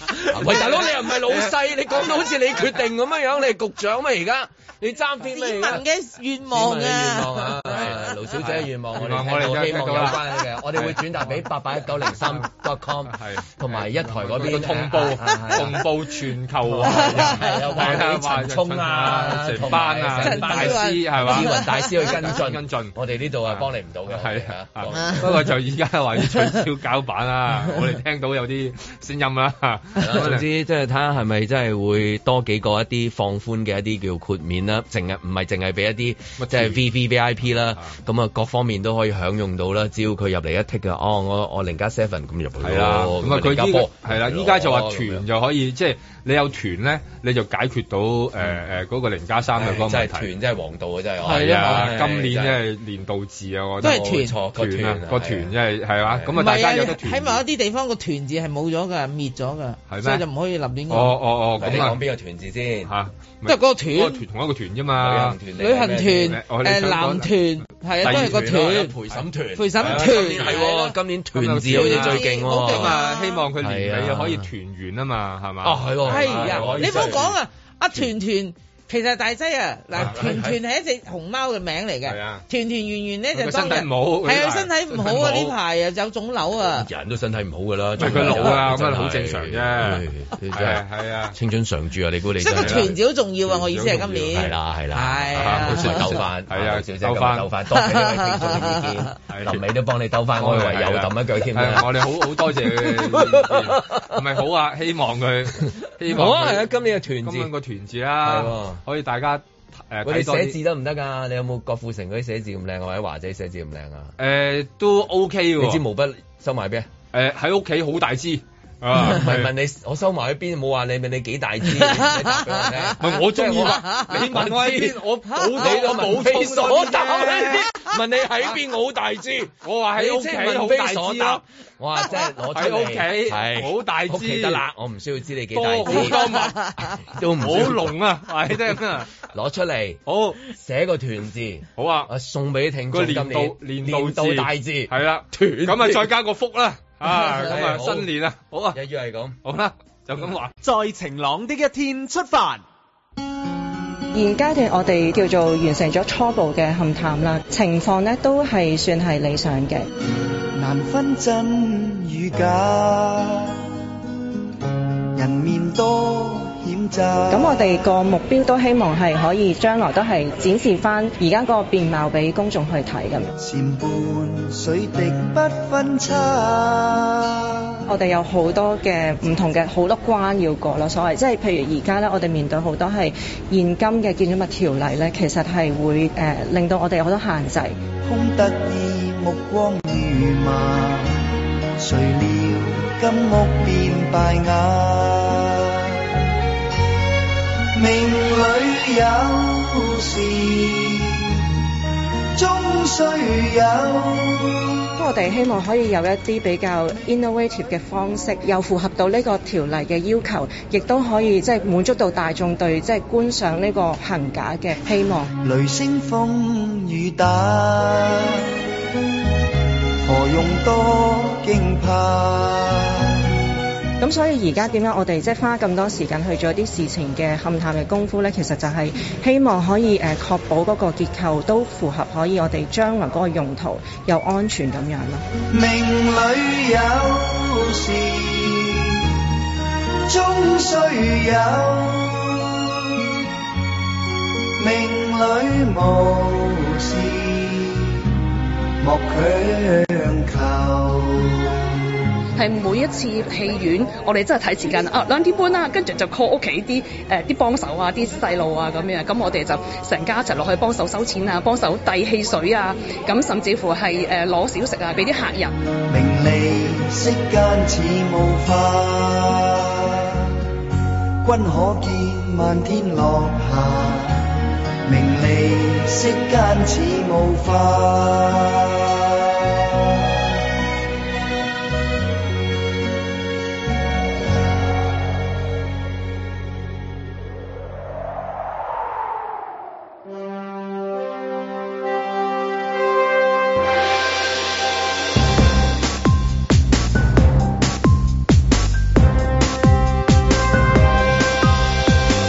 S2: 喂，大佬你又唔係老細，你講到好似你決定咁樣樣，你係局長咩而家？你爭邊
S4: 市
S2: 咩
S4: 民
S2: 而家？
S4: 嘅願望
S2: 啊市民嘅願望啊
S4: 啊！，
S2: 係盧小姐嘅願望，我
S3: 原
S2: 哋
S3: 來
S2: 聽
S3: 我哋
S2: 到希啊望
S3: 聽
S2: 有
S3: 到啦
S2: 關嘅，我哋會轉達俾八八一九零三 .com，
S3: 係啊
S2: 同埋一台嗰邊
S3: 個通
S2: 係
S3: 報
S2: 係係
S3: 同步全球啊，
S2: 係啊話
S3: 係
S2: 你陳聰啊
S3: 陳班啊，
S2: 同埋
S3: 陳大師係
S2: 以
S3: 嘛
S2: 雲？大師去跟進，
S3: 跟進
S2: 我哋呢度啊幫你唔到嘅，
S3: 係
S2: 啊
S3: 啊，
S2: 幫你唔到。
S3: 不過就而家話要取消膠板啊，我哋聽到有啲聲音啊啦。
S2: 啊總之，即係睇下係咪真係會多幾個一啲放寬嘅一啲叫豁免啦，淨係唔係淨係俾一啲
S3: 乜
S2: 即係 V V V I P 啦
S3: 啊，
S2: 咁啊各方面都可以享用到啦。只要佢入嚟一剔嘅，哦，我我零加 seven 咁入去咯
S3: 係啦，咁啊佢
S2: 零加
S3: 依
S2: 波
S3: 家係啦，依家就話
S2: 咁樣
S3: 團就可以，即係你有團咧，你就解決到誒誒嗰個零加三嘅嗰個問
S2: 真嗯係
S3: 題。
S2: 團真係黃道啊！真係
S3: 係啊，
S2: 唉
S3: 今年
S2: 真係
S3: 真係年度字啊，我覺得
S4: 都係
S2: 冇錯個
S3: 團啊
S2: 團
S3: 個團真係係嘛，
S2: 係
S3: 咁
S4: 唔
S3: 啊大
S4: 係
S3: 家
S4: 啊，
S3: 有得團
S4: 喺某一啲地方個團字係冇咗㗎，滅咗㗎，
S3: 係咩
S4: 所以就唔可以立亂
S3: 哦
S4: 講。
S3: 哦哦咁
S2: 你講
S3: 啊
S2: 邊個團字先？
S3: 嚇，
S4: 即係嗰個
S3: 嗰個
S4: 團，
S3: 團同一個團啫
S2: 旅
S3: 嘛
S2: 行，團
S4: 旅行
S3: 咩
S4: 團、
S3: 哦你
S4: 誒
S3: 想講
S4: 男團，係啊，都係個
S3: 第二
S4: 團。
S2: 陪審團，
S4: 陪審團啊
S2: 今年係喎，今年團字好似最勁
S4: 好勁
S3: 咁
S2: 喎。
S3: 啊希望佢年
S2: 係
S3: 尾
S2: 啊
S3: 可以團圓啊嘛，係嘛？
S2: 哦，係喎，
S4: 係
S2: 可
S3: 哎
S4: 啊，
S2: 以
S4: 你唔好
S2: 真係
S4: 講啊，阿團團。其實大劑啊，嗱，團團係一隻熊貓嘅名嚟嘅，
S3: 係啊
S4: 團團圓圓咧
S3: 佢
S4: 就
S3: 個
S4: 當
S3: 身體
S4: 人
S3: 唔好
S4: 係
S3: 佢
S4: 啊，
S3: 排
S4: 身體唔好啊，呢排啊有腫瘤啊，
S2: 人都身體唔好㗎啦，
S3: 咪佢老啊，咁
S2: 真係
S3: 啊好正常啫，
S2: 唉真
S3: 係
S2: 係
S3: 啊係啊。
S2: 青春常駐啊！你估你
S4: 所以個
S2: 真係
S4: 團字好重要啊，我意思係
S3: 團
S4: 今
S3: 字好重要
S4: 年
S2: 係，啦係啦，
S4: 係
S3: 啊
S2: 好想兜翻，
S3: 係啊
S2: 小姐
S3: 兜返
S2: 兜翻，多謝呢位聽眾嘅意見，
S3: 係
S2: 臨尾都幫你兜翻，我以為又揼一腳添
S3: 係
S2: 啊
S3: 啊我哋好好多謝佢嘅 意見，唔係好啊，希望佢，希望
S2: 好啊，係啊，
S3: 佢
S2: 今年嘅
S3: 今
S2: 團
S3: 晚
S2: 字，
S3: 個團字
S2: 係喎
S3: 啦，可以大家誒
S2: 我哋
S3: 睇多
S2: 寫
S3: 啲。
S2: 字得唔得㗎？你有冇郭富城嗰啲寫字咁靚啊，或者華仔寫字咁靚啊？
S3: 誒都 OK
S2: 你支
S3: 喎，
S2: 毛筆收埋邊啊？
S3: 誒喺屋企好大支，啊
S2: 唔係問你我收埋喺邊，冇話你問你 幾大支，啊你答俾我
S3: 唔
S2: 聽。
S3: 係我中意啦，
S2: 我
S3: 你問我喺邊，我補
S2: 你都
S3: 到
S2: 問
S3: 冇
S2: 非所 答
S3: 咧。
S2: 問你喺邊，我好大支。
S3: 我話喺屋
S2: 即
S3: 企
S2: 係問
S3: 好
S2: 非
S3: 大
S2: 所
S3: 支
S2: 答
S3: 咯，
S2: 我話真係攞出
S3: 喺屋
S2: 嚟
S3: 企好大支
S2: 屋企得啦，我唔需要知你幾
S3: 多
S2: 大
S3: 好多
S2: 支，
S3: 物，
S2: 都唔需要
S3: 好濃 啊！話你聽啊，
S2: 攞出嚟
S3: 好
S2: 寫個團字，
S3: 好啊，
S2: 我送俾聽
S3: 個年
S2: 眾。今
S3: 度
S2: 年
S3: 年度
S2: 大字，
S3: 係啦，
S2: 團
S3: 咁啊再加個福啦，啊咁啊
S2: 好
S3: 新年啊，好啊，
S2: 一於係咁。
S3: 好啦，就咁話。
S5: 在晴朗的一天出發。
S10: 現階段我哋叫做完成咗初步嘅勘探啦，情況呢都係算係理想嘅。
S9: 難分真與假，人面多險詐。
S10: 咁我哋個目標都希望係可以將來都係展示翻而家個面貌俾公眾去睇咁。
S9: 禪伴水滴不分差。
S10: 我哋有好多嘅唔同嘅好多關要過咯，所謂即係譬如而家咧，我哋面對好多係現今嘅建築物條例咧，其實係會誒、呃令到我哋有好多限制。
S9: 空得意目光如麻，誰料金屋變敗瓦。命裏有時，終須有。
S10: 我哋希望可以有一啲比較 innovative 嘅方式，又符合到呢個條例嘅要求，亦都可以即係滿足到大眾對即係觀賞呢個行架嘅希望。
S9: 雷聲風雨打，何用多驚怕？
S10: 咁所以而家點解我哋即係花咁多時間去做一啲事情嘅勘探嘅功夫呢？其實就係希望可以誒、呃、確保嗰個結構都符合可以我哋將來嗰個用途又安全咁樣咯。
S9: 命裏有時，終須有；命裏無時，莫強求。
S11: 係每一次戲院，我哋真係睇時間啊兩點半啦，跟住就 call 屋企啲誒啲幫手啊、啲細路啊咁樣，咁我哋就成家一齊落去幫手收錢啊、幫手遞汽水啊，咁甚至乎係誒攞小食啊俾啲客人。
S9: 名利息間似霧化，君可見漫天落霞。名利息間似霧化。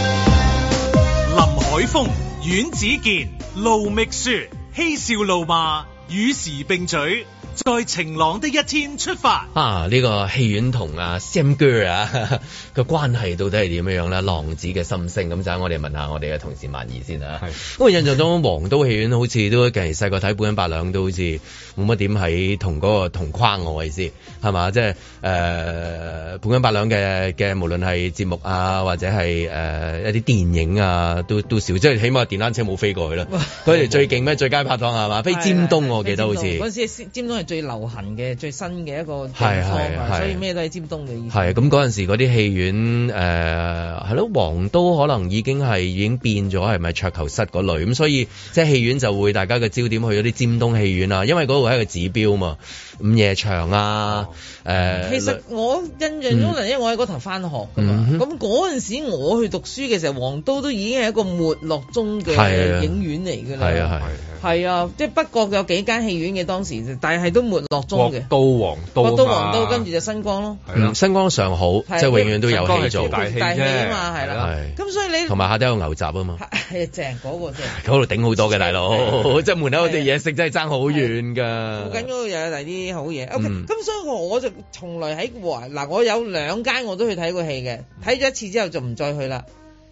S1: 林海峰、阮子健、盧覓雪，嬉笑怒罵，與時並舉，在晴朗的一天出發。
S2: 啊！呢、個戲院同啊 Sam 哥啊 個關係到底係點樣樣咧？浪子嘅心聲咁就係我哋問下我哋嘅同事萬兒先啊。咁我印象中皇都戲院好似都近年細個睇《本恩八兩》都好似冇乜點喺同嗰個同框我意思係嘛？即係誒《呃本恩八兩》嘅嘅無論係節目啊或者係誒、呃一啲電影啊都都少，即係起碼電單車冇飛過去啦。佢哋最勁咩？最佳拍檔係嘛？飛尖東我記得好似。
S4: 嗰陣時尖東係最流行嘅、最新嘅一個地
S2: 係
S4: 方
S2: 係
S4: 啊，所以
S2: 係
S4: 咩都喺尖東嘅意思。
S2: 係啊咁嗰陣時嗰啲戲院誒係咯，皇都可能已經係已經變咗係咪桌球室嗰類咁，所以即係戲院就會大家嘅焦點去咗啲尖東戲院啊，因為嗰個係一個指標嘛，午夜場啊誒，
S4: 其實我印象中嗱，因為我喺嗰頭翻學㗎嘛
S2: 嗯，
S4: 咁嗰陣時我去讀書嘅時候，皇都都已經係一個沒落中嘅
S2: 係啊
S4: 影院嚟㗎啦。
S2: 係啊
S4: 係啊，即係北角有幾間戲院嘅當時，但係都沒落中
S3: 國
S4: 嘅。
S3: 都皇都
S4: 國
S3: 啊
S4: 都
S3: 嘛
S4: 皇都跟住就新光咯，
S3: 係
S2: 係，
S3: 啦
S2: 嗯，新光上好，
S4: 係啊
S2: 即係永遠都有戲做
S3: 新，光係
S4: 大戲啊嘛，
S3: 大
S4: 係
S3: 戲啫
S4: 啦
S2: 係。
S4: 咁所以你
S2: 同埋下低有牛雜啊嘛，
S4: 係啊正嗰個正，
S2: 嗰度頂好多嘅大佬，即係門口嗰啲
S4: 係
S2: 嘢食真係爭好遠
S4: 附近嗰
S2: 㗎。
S4: 度又有第啲好嘢。OK，
S2: 嗯
S4: 咁所以我我就從來喺華嗱，我有兩間我都去睇過戲嘅，睇咗一次之後就唔再去啦。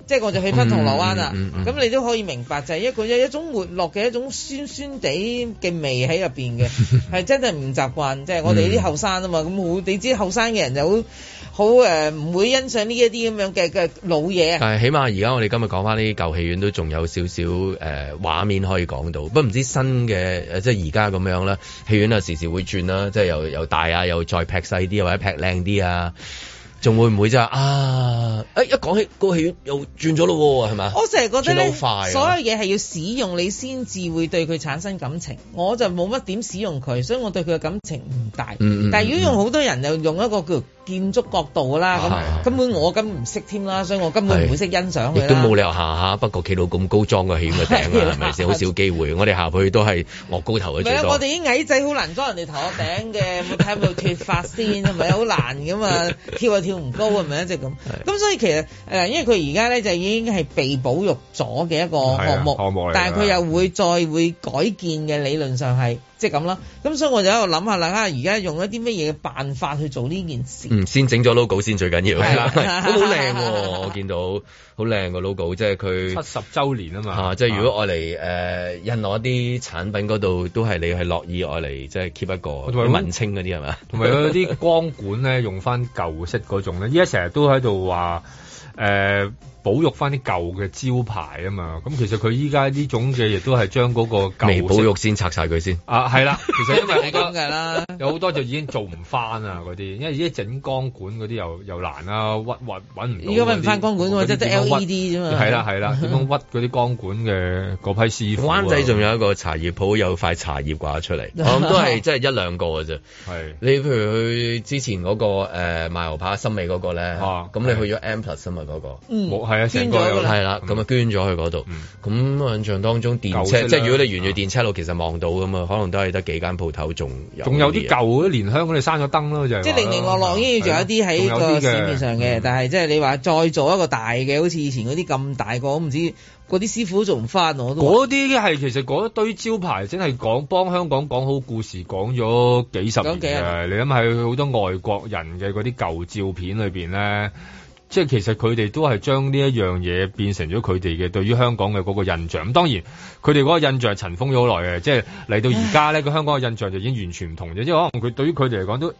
S4: 即係我就去翻銅鑼灣啦，咁、
S2: 嗯嗯嗯
S4: 你都可以明白就係、因為佢有一種沒落嘅一種酸酸地嘅味喺入
S2: 嗯
S4: 邊嘅，係真係唔習慣。即係我哋啲後生啊嘛，咁好你知後生嘅人就好好誒唔會欣賞呢一啲咁樣嘅嘅老 嘢啊。
S2: 但係起碼而家我哋今日講翻呢啲舊戲院都仲有少少誒畫面可以講到，不過唔知新嘅呃誒即係而家咁樣啦，戲院啊時時會轉啦，即係又又大啊，又再劈細啲啊或者劈靚啲啊，仲會唔會就係啊？誒一講起個戲院又轉咗咯喎，係啊嘛？
S4: 我成日覺得
S2: 轉得
S4: 咧，
S2: 好快啊
S4: 所有嘢係要使用你先至會對佢產生感情。我就冇乜點使用佢，所以我對佢嘅感情唔大。
S2: 嗯嗯
S4: 但係如果用好多人就用一個叫建築角度
S2: 嗯
S4: 啦，咁根本我根本唔識添啦，所以我根本唔會識欣賞
S2: 亦
S4: 佢
S2: 都
S4: 啦。
S2: 冇理由下下北角企到咁高裝個戲院嘅頂啊啦，係咪先？好少機會，我哋下去都係我高頭嘅
S4: 唔
S2: 最
S4: 係啊！
S2: 多
S4: 我。哋啲矮仔好難裝人哋頭殼頂嘅，冇睇有冇脱髮先，係咪好難 噶嘛？跳又跳唔高，啊係咪一直咁？咁所以其實誒、呃因為佢而家咧就已經係被保育咗嘅一個項目，
S3: 係啊項目嚟㗎
S4: 但係佢又會再會改建嘅，理論上係即係咁啦。咁所以我就喺度諗下啦，啊而家用一啲乜嘢嘅辦法去做呢件事？
S2: 嗯，先整咗 logo 先最緊要，
S4: 係
S2: 係
S4: 啦
S2: 好好靚喎！我見到好靚個 logo，即 係佢
S3: 七十週年啊嘛，
S2: 啊，即係如果我嚟誒印落一啲產品嗰度，都係你係樂意我嚟即係 keep 一個
S3: 同埋
S2: 文青嗰啲係啊嘛？
S3: 同埋佢啲光管咧用翻舊式嗰種咧，依家成日都喺度話誒保育翻啲舊嘅招牌啊嘛，咁其實佢依家呢種嘅亦都係將嗰個
S2: 未
S3: 舊
S2: 保
S3: 式
S2: 育先拆晒佢先。
S3: 啊係啦，其實因為 好多
S4: 咁㗎啦。
S3: 有好多就已經做唔翻啊嗰啲，因為依家整光管嗰啲又又難啊啦，屈屈揾唔到嗰啲。
S4: 而家揾唔返光管喎
S3: 嗰啲
S4: 即係得
S3: 點樣屈
S4: LED 啫嘛
S3: 係啦係啦，點樣屈嗰啲光管嘅嗰批師傅啊？
S2: 灣仔仲有一個茶葉鋪有塊茶葉掛出 嚟，我諗都係即係一兩個嘅啫。
S3: 係
S2: 你譬如去之前嗰個誒賣牛扒森美嗰個咧，咁你去咗 M Plus 啊嘛嗰個，
S3: 嗯冇係啊成個捐咗有㗎啦
S2: 係啦，咁啊捐咗去嗰度。咁我印象當中電
S3: 舊式
S2: 車，
S3: 啦
S2: 即係如果你沿住電車路其實望到咁啊，可能都係得幾間鋪頭仲有。
S3: 仲有啲舊嗰啲蓮香，我哋閂咗燈咯，就係話啦啊
S4: 即係零零落落，依仲有啲
S3: 仲
S4: 喺
S3: 有
S4: 個
S3: 啲嘅嗯
S4: 市面上嘅，但係即係你話再做一個大嘅，好似以前嗰啲咁大個，我唔知嗰啲師傅都做唔翻我都話。
S3: 嗰啲係其實嗰堆招牌真係講幫香港講好故事，講咗幾十
S4: 講幾
S3: 年
S4: 十
S3: 嘅。你諗下好多外國人嘅嗰啲舊照片裏邊咧，即係其實佢哋都係將呢一樣嘢變成咗佢哋嘅對於香港嘅嗰個印象。咁當然佢哋嗰個印象係塵封咗好耐嘅，即係嚟到而家咧，個香港嘅印象就已經完全唔同咗。即係可能佢對於佢哋嚟講都，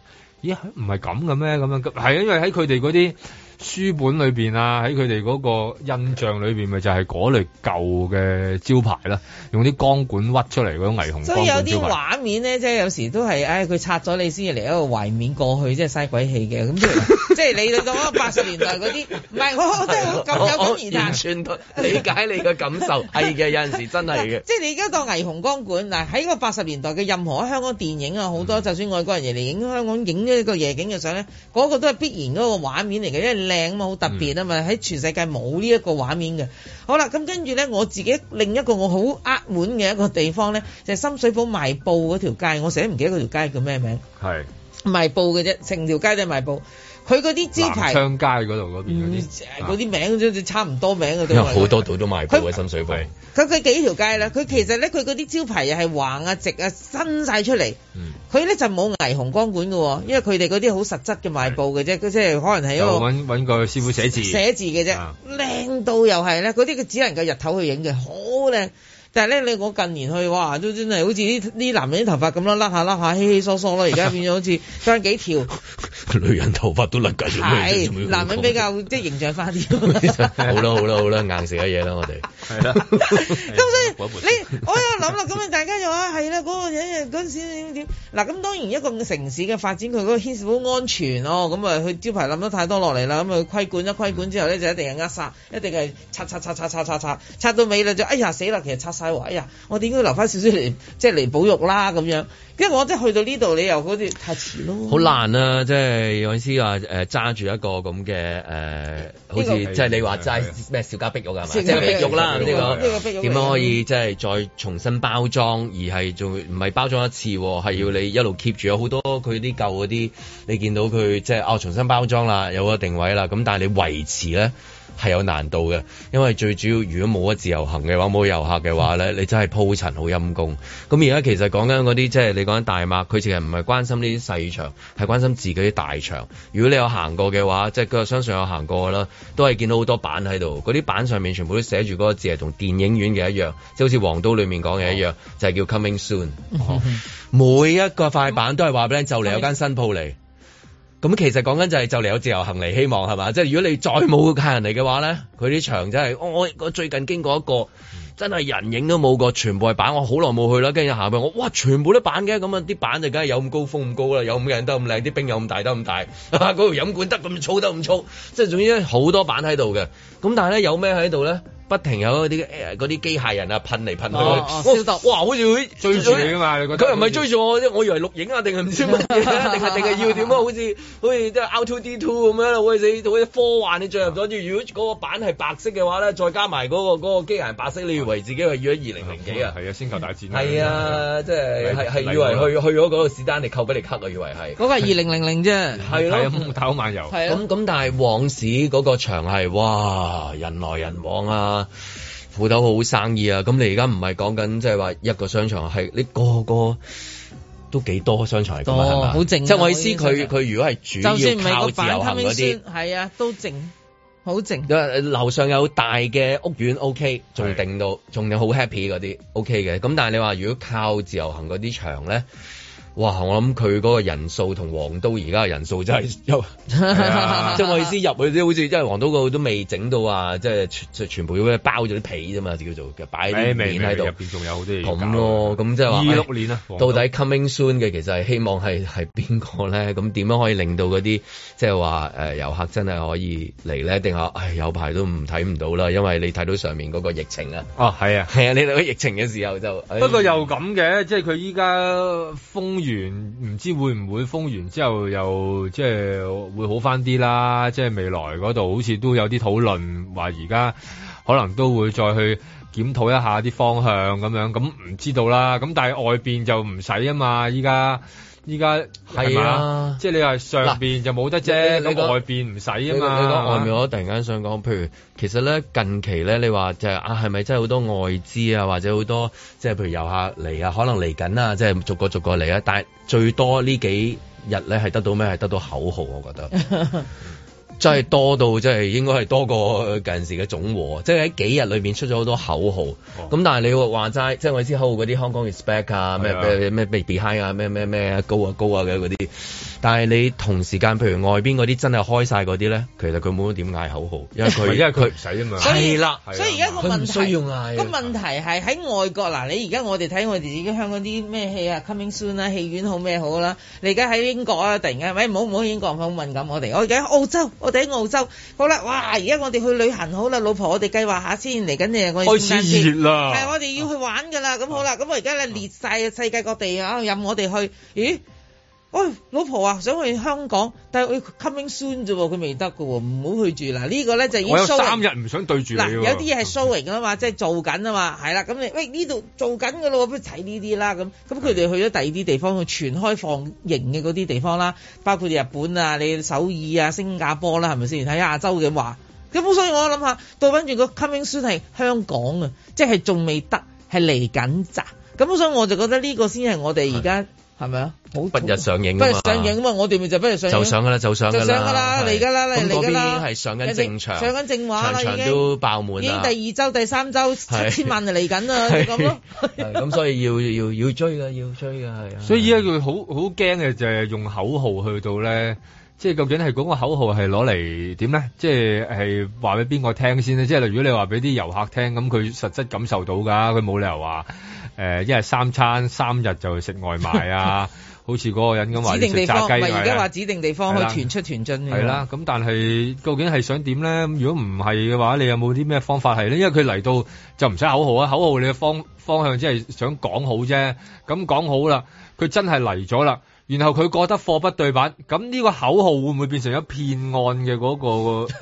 S3: 咦唔係咁嘅咩咁樣？咁係啊因為喺佢哋嗰啲。書本裏邊啊，喺佢哋嗰個印象裏邊，咪就係嗰類舊嘅招牌啦，用啲光管屈出嚟嗰種霓虹
S4: 所
S3: 光
S4: 以有
S3: 管
S4: 啲
S3: 招牌。
S4: 畫面咧，即係有時都係，唉，佢拆咗你先嚟一個懷緬過去，即係嘥鬼氣嘅。咁即係即係你哋講八十年代嗰啲，唔係我我真係好咁有感而
S2: 我哦完
S4: 談。
S2: 全都理解你嘅感 受，係嘅，有陣時真係嘅。
S4: 即係你而家當霓虹光管嗱，喺個八十年代嘅任何香港電影啊，好多就算外國人嚟影香港影咗一個夜景嘅相咧，嗰、個都係必然嗰個畫面嚟嘅，因為靚啊嘛，好特別啊嘛，喺、全世界冇呢一個畫面嘅。好啦，咁跟住咧，我自己另一個我好扼腕嘅一個地方咧，就係、深水埗賣布嗰條街，我成日唔記得嗰條街叫咩名，
S3: 係
S4: 賣布嘅啫，成條街都係賣布。佢嗰啲招牌嗯
S3: 南昌街嗰度嗰邊嗰啲
S4: 嗰啲名都差唔多名嘅都
S2: 因為
S4: 係。
S2: 好多度都賣鋪喺深水埗，
S4: 佢佢幾條街啦，佢其實咧佢嗰啲招牌又係橫啊直啊伸晒出嚟，佢咧就冇霓虹光管嘅喎，因為佢哋嗰啲好實質嘅賣布嘅啫，佢即係可能係一
S3: 就
S4: 個
S3: 揾揾個師傅寫字。
S4: 嗯啊寫字嘅啫，靚到又係咧，嗰啲佢只能夠日頭去影嘅，好靚。但係咧，你我近年去哇，都真係好似啲啲男人啲頭髮咁啦，甩下甩下，稀稀疏疏咯，而家變咗好似爭幾 條，
S2: 女人頭髮都甩緊
S4: 係男人比較即係形象化啲。
S2: 好啦好啦好啦，硬食嘅嘢啦，我哋係啦。哎
S4: 咁 所以你我又諗啦，咁啊大家又話係啦，嗰、個人嗰陣時點點嗱，咁當然一個城市嘅發展，佢嗰個牽涉到安全哦，咁啊佢招牌冧得太多落嚟啦，咁啊規管一規管之後咧就一定係扼殺，
S2: 嗯
S4: 一定係拆拆拆拆拆拆拆，拆到尾啦就哎呀死啦，其實拆晒喎，哎呀我點解要留翻少少嚟即係嚟保育啦咁樣，因為我真係去到呢度你又好似太遲咯，
S2: 好難啊！即係有陣時話誒揸住一個咁嘅誒，好似即係你話齋咩小家碧玉啊嘛，即係碧玉啦呢個嗯點樣可以即係再重新包裝，而係仲唔係包裝一次，係要你一路 keep 住有好多佢啲舊嗰啲，你見到佢即係哦啊重新包裝啦，有個定位啦，咁但係你維持咧。係有難度嘅，因為最主要如果冇得自由行嘅話，冇遊客嘅話咧，你真係鋪陳好陰功。咁而家其實講緊嗰啲即係你講緊大麥，佢其實唔係關心呢啲細場，係關心自己啲大場。如果你有行過嘅話，即係佢相信有行過啦，都係見到好多板喺度，嗰啲板上面全部都寫住嗰個字係同電影院嘅一樣，即係好似黃都裏面講嘅一樣，就係叫 coming soon。每一個塊板都係話俾你聽，就嚟有間新鋪嚟。咁其實講緊就係就嚟有自由行嚟，希望係嘛？即係如果你再冇客人嚟嘅話咧，佢啲場真係、哦我我最近經過一個。真係人影都冇個，全部係板。我好耐冇去啦，跟住下邊我哇，全部都板嘅，咁啊啲板就梗係有咁高峰咁高啦，有咁人得咁靚，啲冰有咁大得咁大， 嗰條飲管得咁粗得咁粗，即係總之好多板喺度嘅。咁但係咧有咩喺度咧？不停有嗰啲誒嗰啲機械人啊噴嚟噴去，
S3: 哦哦
S2: 我哇好似佢
S3: 追住你㗎啊嘛你覺得
S2: 佢又唔係追住我，我以為錄影啊定係唔知乜嘢 啊，定係定係要點啊？好似好似即係 Out to D two 咁樣啦，好似好似科幻你進入咗，如果嗰個板係白色嘅話咧，再加埋嗰個嗰個機械人白色，你以為自己係要咗二零零幾啊？
S3: 係啊，星球大戰
S2: 係啊，即係係係以為去去咗嗰個史丹利寇比力克啊，以為係
S4: 嗰個係二零零零啫，
S2: 係咯，
S3: 太空啊漫遊
S4: 係啊
S2: 咁咁，但係往時嗰個場係哇人來人往啊，鋪頭好生意啊。咁你而家唔係講緊即係話一個商場係你個個。都幾多商場嚟㗎嘛？
S4: 多
S2: 係嘛
S4: 好靜啊
S2: 即係我意思，
S4: 嗰啲商
S2: 佢
S4: 場
S2: 佢如果係主
S4: 就算唔
S2: 要
S4: 係
S2: 靠
S4: 個
S2: 自由
S4: 板
S2: 行嗰啲，
S4: 酸，係啊，都靜，好靜。
S2: 因為樓上有大嘅屋苑 OK，仲定到，仲有好 happy 嗰啲 OK 嘅。咁但係你話如果靠自由行嗰啲場咧，哇！我諗佢嗰個人數同黃都而家嘅人數真係有，即
S4: 啊
S3: 啊
S2: 係我意思入去啲好似，因為黃都嗰度都未整到啊，即係全全部要包咗啲被啫嘛，叫做擺
S3: 未
S2: 啲
S3: 未
S2: 面
S3: 未
S2: 喺度
S3: 入。邊仲有好多嘢要搞啊
S2: 咁咯，咁即係話
S3: 二六年啊，
S2: 哎
S3: 黃
S2: 到
S3: 金
S2: 底 coming soon 嘅其實係希望係 係邊個咧？咁點樣可以令到嗰啲即係話誒遊客真係可以嚟咧？定係唉有排都唔睇唔到啦，因為你睇到上面嗰個疫情啊。
S3: 哦，係啊，
S2: 係啊，你睇到疫情嘅時候就
S3: 不過又咁嘅，即係佢依家封完，唔知會唔會封完之後又即係會好翻啲啦。即係未來嗰度好似都有啲討論，話而家可能都會再去檢討一下啲方向咁樣。咁唔知道啦。咁但係外邊就唔使啊嘛，依家。依家係
S2: 係
S3: 嘛
S2: 啊，
S3: 即係你話上邊就冇得啫，
S2: 你你講
S3: 咁外邊唔使
S2: 你
S3: 啊
S2: 講你講
S3: 嘛。
S2: 外面，我突然間想講，譬如其實咧近期咧，你話就係、啊，係咪真係好多外資啊，或者好多即係譬如遊客嚟啊，可能嚟緊啊，即係逐個逐個嚟啊，但係最多呢幾日咧係得到咩？係得到口號，我覺得。真係多到，即係應該係多過近時嘅總和，即係喺幾日裏面出咗好多口號。咁、
S4: 哦
S2: 但係你話話齋，即係我意思口號嗰啲香港 respect 啊，咩咩咩咩 behind 啊，咩咩咩高啊高啊嘅嗰啲。但係你同時間，譬如外邊嗰啲真係開晒嗰啲咧，其實佢冇乜點嗌口號，因為佢
S3: 因為佢唔使啊嘛。
S4: 所以
S2: 係啦，
S4: 所以而家個
S2: 佢
S4: 問題
S2: 唔需要嗌啊
S4: 個問題係喺外國嗱，你而家我哋睇我哋自己香港啲咩戲啊，coming soon 啦，戲院好咩好啦。你而家喺英國啊，突然間，喂，唔好唔好英國好敏感我哋。我而家喺澳洲，我哋喺澳洲，好啦，哇！而家我哋去旅行好啦，老婆，我哋計劃下先，嚟緊嘅我哋
S3: 開始熱啦
S4: 係我哋要去玩㗎啦。咁好啦，咁我而家咧列晒世界各地啊，任我哋去。咦？喂，老婆啊，想去香港，但係佢 coming soon 啫喎，佢未得㗎喎，唔好去住。嗱，呢個咧就已經
S3: 我有
S4: show
S3: 三
S4: 人
S3: 日唔想對住你
S4: 嗱，
S3: 喎。嗯
S4: 有啲嘢係 showing 啊嘛，
S2: 嗯
S4: 即係做緊啊嘛，係啦，咁你喂呢度做緊嘅咯，不如睇呢啲啦，咁咁佢哋去咗第二啲地方，去全開放型嘅嗰啲地方啦，包括日本啊、你首爾啊、新加坡啦，係咪先？睇亞洲嘅話，咁所以我諗下，倒翻轉個 coming soon 係香港啊，即係仲未得，係嚟緊咋，咁所以我就覺得呢個先係我哋而家係咪啊？好
S2: 不日上映
S4: 不
S2: 㗎
S4: 如
S2: 嘛
S4: 上映啊嘛，我哋咪就不如上映
S2: 就上㗎啦，就上㗎啦，
S4: 就上㗎啦
S2: 係
S4: 嚟㗎啦
S2: 咁
S4: 嚟
S2: 嗰邊
S4: 㗎
S2: 已經
S4: 啦
S2: 係上緊正場，
S4: 上緊正話啦
S2: 場
S4: 已
S2: 場
S4: 經
S2: 都爆滿
S4: 已經
S2: 啦。
S3: 啊
S4: 第二周、第三周七
S2: 係
S4: 千萬就嚟緊啦，
S2: 係
S4: 咁咯。
S2: 係咁所以要要要追㗎，要追㗎，係啊。
S3: 所以依家佢好好驚嘅就係用口號去到咧，即係究竟係嗰個口號係攞嚟點咧？即係係話俾邊個聽先咧？即係例如你話俾啲遊客聽，咁佢實質感受到㗎，佢冇理由話誒一日三餐三日就食外賣 啊，好似嗰個人咁話
S4: 指定
S3: 要
S4: 地
S3: 食炸
S4: 方，
S3: 雞
S4: 唔係而
S3: 係
S4: 家
S3: 啊
S4: 話指定地方
S3: 係啦
S4: 去團出團進嘅
S3: 係啦，，咁但係究竟係想點咧？咁如果唔係嘅話，你有冇啲咩方法係咧？因為佢嚟到就唔使口號啊，口號你嘅方方向即係想講好啫。咁講好啦，佢真係嚟咗啦，然後佢覺得貨不對版，咁呢個口號會唔會變成咗騙案嘅嗰、個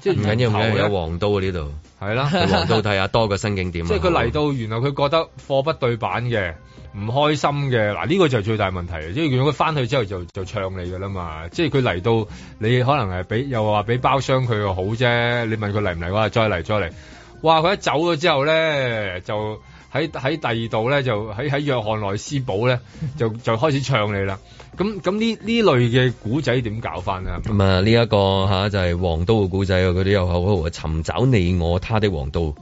S3: 即係
S2: 唔緊要，唔緊要，有
S3: 源頭呢
S2: 黃刀啊呢度，
S3: 係 啦
S2: 去黃刀睇下多個新景點啊。
S3: 即係佢嚟到，原來佢覺得貨不對版嘅，唔開心嘅，嗱呢個就係最大問題啦。因為如果佢翻去之後就就唱你㗎啦嘛，即係佢嚟到你可能係俾又話俾包廂佢又好啫，你問佢嚟唔嚟，我話再嚟再嚟，哇佢一走咗之後咧就。喺喺第二度咧，就喺喺約翰內斯堡咧，就就開始唱你啦。咁咁呢呢類嘅古仔點搞翻啊？
S2: 咁啊，呢一個嚇就係黃刀嘅故仔啊，佢都有口號啊，尋找你我他的黃刀。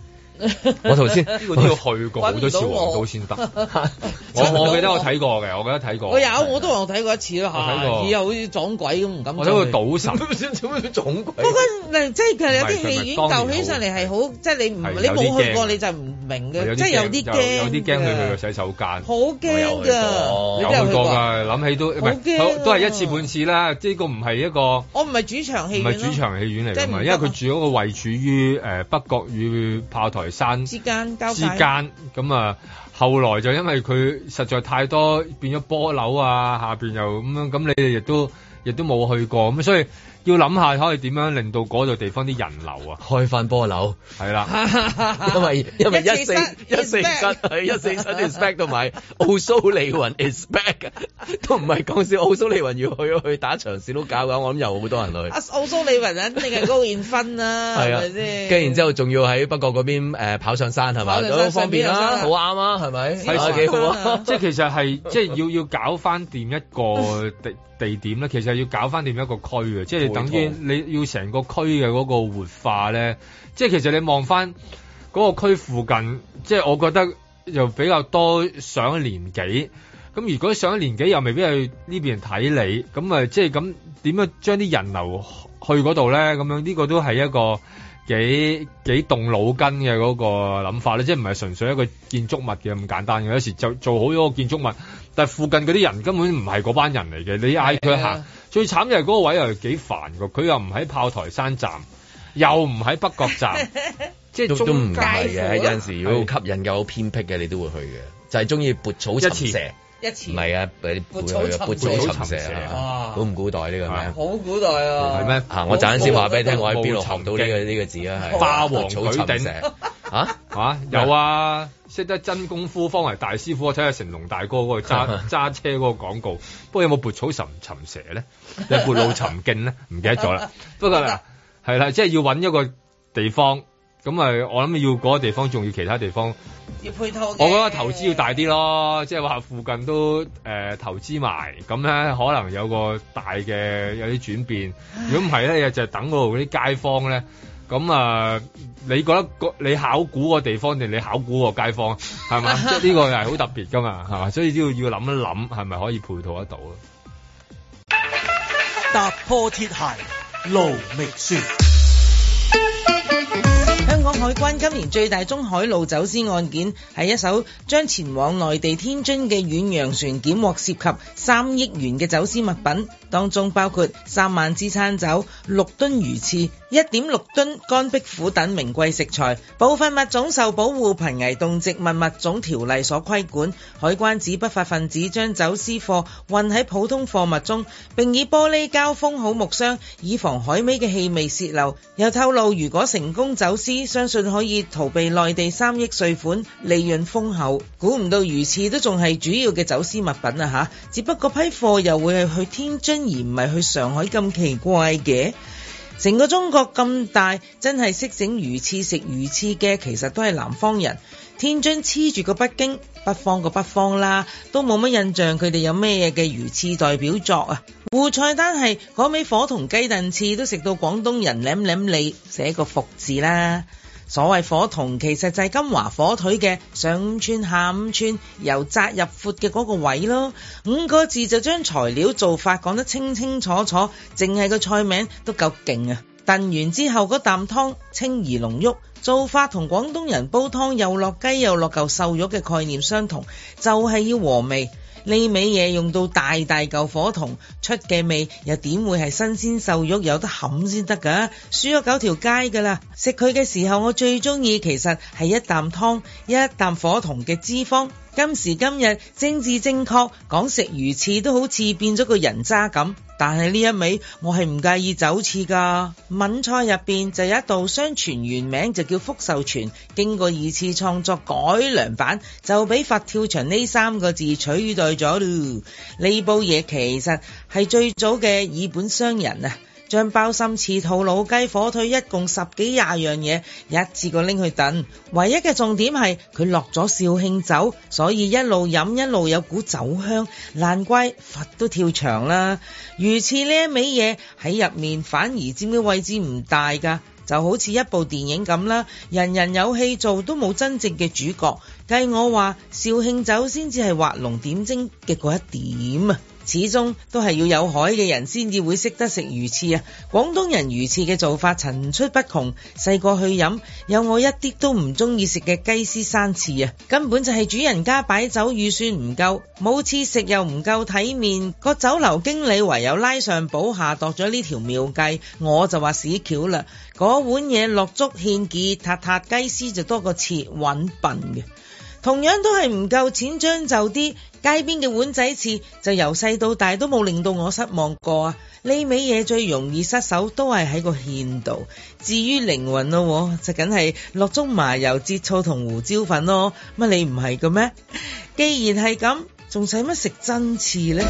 S2: 我頭 先
S3: 呢個都要去過好多次黃島先得。我我記得我睇過嘅，我記得睇過。
S4: 我有，我都話我睇過一次啦
S3: 我睇過
S4: 嚇，以後好似撞鬼咁唔敢。
S3: 我睇過賭神。啊
S2: 點會撞鬼？
S4: 嗰個嗱，即係其實有啲戲院
S3: 唔係佢咪當
S4: 救
S3: 年
S4: 起上嚟係好，即係你唔
S3: 係
S4: 你
S3: 有啲
S4: 冇去
S3: 驚
S4: 過你就唔明嘅，即係有
S3: 有
S4: 啲
S3: 驚，有啲
S4: 驚
S3: 驚去去
S4: 㗎
S3: 個洗手間。
S4: 好驚㗎，你
S3: 有
S4: 真係
S3: 去
S4: 去
S3: 過
S4: 過啊？
S3: 㗎，諗起都
S4: 好
S3: 唔
S4: 驚啊
S3: 係都係一次半次啦。呢個唔係一個唔
S4: 我唔係主場戲院
S3: 係
S4: 咯
S3: 主場戲院嚟
S4: 即係
S3: 㗎
S4: 唔
S3: 嘛，
S4: 得
S3: 因為佢住嗰個位處於誒北角與炮台山
S4: 之間交
S3: 之
S4: 界
S3: 間咁啊，後來就因為佢實在太多變咗波樓啊，下邊又咁樣，咁你哋亦都亦都冇去過，咁所以要諗下可以點樣令到嗰度地方啲人流啊
S2: 開翻波樓，
S3: 係啦，
S2: 因為因為一四一四七
S4: respect
S2: 係一四七 respect 同埋奧蘇利雲 respect 都唔係講笑，奧蘇利雲要去去打長線都搞嘅，我諗有好多人去
S4: 阿。奧蘇啊利雲肯定係高燕芬啦，
S2: 係
S4: 係
S2: 啊
S4: 咪，先？
S2: 跟住然之後仲要喺北角嗰邊誒跑上山係嘛，
S4: 跑上山
S2: 都方便
S4: 上邊有
S2: 啦，
S4: 山啊
S2: 好啱啊，係咪？
S4: 係
S2: 啊幾好
S4: 上山
S2: 啊
S4: 啊！
S3: 即係其實係即係要要搞翻掂一個地地點咧，其實要搞翻掂一個區嘅，啊即係等於
S2: 配套
S3: 你要成個區嘅嗰個活化咧。即係其實你望翻嗰個區附近，即係我覺得又比較多上一年紀。咁如果上一年紀又未必去呢邊睇你，咁啊即係咁點樣將啲人流去嗰度咧？咁樣呢個都係一個。幾幾動腦筋嘅嗰個諗法咧，即係唔係純粹一個建築物嘅咁簡單嘅，有時就做好咗個建築物，但係附近嗰啲人根本唔係嗰班人嚟嘅，你嗌佢
S4: 係啊
S3: 行，最慘就係嗰個位又幾煩㗎，佢又唔喺炮台山站，又唔喺北角站，即
S2: 都
S3: 係
S2: 都
S3: 中
S2: 唔係
S3: 間
S2: 嘅，有陣時如果吸引夠偏僻嘅，你都會去嘅，就係中意撥草尋蛇。
S4: 一次
S2: 唔係啊，俾
S4: 撥
S2: 撥
S4: 草
S2: 佢
S4: 尋
S2: 撥草尋
S3: 蛇
S2: 蛇啊
S4: 哇，
S2: 古唔古代呢個名？
S4: 好古代啊，
S3: 係咩？
S2: 啊！我陣間先話俾你聽，我喺邊度學到呢個呢個字啊，係
S3: 霸王
S2: 草
S3: 舉
S2: 尋
S3: 鼎
S2: 蛇啊！
S3: 啊， 有啊，識得真功夫方為大師傅。我睇下成龍大哥嗰個 揸揸車嗰個廣告，不過有冇撥草尋尋蛇 咧？有撥路尋徑咧？唔記得咗啦。不過 嗱，係啦，即係要揾一個地方，咁啊，我諗要嗰個地方，仲要其他地方。
S4: 要配套嘅。
S3: 我覺得投資要大啲咯，即係話附近都誒、呃投資埋，咁咧可能有個大嘅有啲轉變。如果唔係咧，就係等嗰度嗰啲街坊咧，咁啊、你覺得個你考古個地方定你考古個街坊係嘛？即係呢個係好特別噶嘛，係嘛？所以都要要諗一諗係咪可以配套得到咯。
S1: 踏破鐵鞋路未雪。
S4: 香港海關今年最大宗海路走私案件係一艘將前往內地天津嘅遠洋船檢獲涉及三億元嘅走私物品，當中包括三萬支餐酒、六噸魚翅、一點六噸乾壁虎等名貴食材。部分物種受保護瀕危動植物物種條例所規管，海關指不法分子將走私貨混喺普通貨物中，並以玻璃膠封好木箱，以防海味嘅氣味泄漏。又透露，如果成功走私，相信可以逃避內地三億稅款，利潤豐厚。估唔到魚翅都仲係主要嘅走私物品啊！吓，只不過批貨又會係去天津而唔係去上海咁奇怪嘅。成個中國咁大，真係識整魚翅食魚翅嘅，其實都係南方人。天津黐住個北京，北方個北方啦，都冇乜印象佢哋有咩嘅魚翅代表作啊！胡菜單係嗰味火同雞燉翅都食到廣東人舐舐脷，寫個服字啦。所謂火筒其實就係金華火腿嘅上五寸下五寸，由窄入闊嘅嗰個位咯。五個字就將材料做法講得清清楚楚，淨係個菜名都夠勁啊！燉完之後嗰啖湯清而濃郁，做法同廣東人煲湯又落雞又落嚿瘦肉嘅概念相同，就係、要和味。呢味嘢用到大大嚿火筒，出嘅味又點會係新鮮瘦肉有得冚先得㗎？輸咗九條街㗎啦！食佢嘅時候，我最中意其實係一啖湯，一啖火筒嘅脂肪。今時今日政治正確，講食魚翅都好似變咗個人渣咁。但係呢一味我係唔介意走翅㗎。閩菜入邊就有一道相傳原名就叫福壽全，經過二次創作改良版，就俾佛跳牆呢三個字取代咗咯。呢煲嘢其實係最早嘅以本商人啊。將鮑參翅、肚腦雞、火腿一共十幾廿樣嘢一次過拎去燉，唯一嘅重點係佢落咗紹興酒，所以一路飲一路有股酒香，難怪佛都跳牆啦。魚翅呢一味嘢喺入面反而佔嘅位置唔大㗎。就好似一部電影咁啦，人人有戲做都冇真正嘅主角。計我話肇慶酒先至係畫龍點睛嘅嗰一點啊！始終都係要有海嘅人先至會識得食魚翅啊！廣東人魚翅嘅做法層出不窮，細個去飲有我一啲都唔中意食嘅雞絲生翅啊，根本就係主人家擺酒預算唔夠，冇翅食又唔夠體面，個酒樓經理唯有拉上補下度咗呢條妙計，我就話屎橋啦！嗰碗嘢落足獻結，撻撻雞絲就多過翅，揾笨嘅。同樣都係唔夠錢將就啲，街邊嘅碗仔翅就由細到大都冇令到我失望過啊！呢味嘢最容易失手都係喺個芡度。至於靈魂咯，就梗係落足麻油、節醋同胡椒粉咯。乜你唔係嘅咩？既然係咁，仲使乜食真翅呢？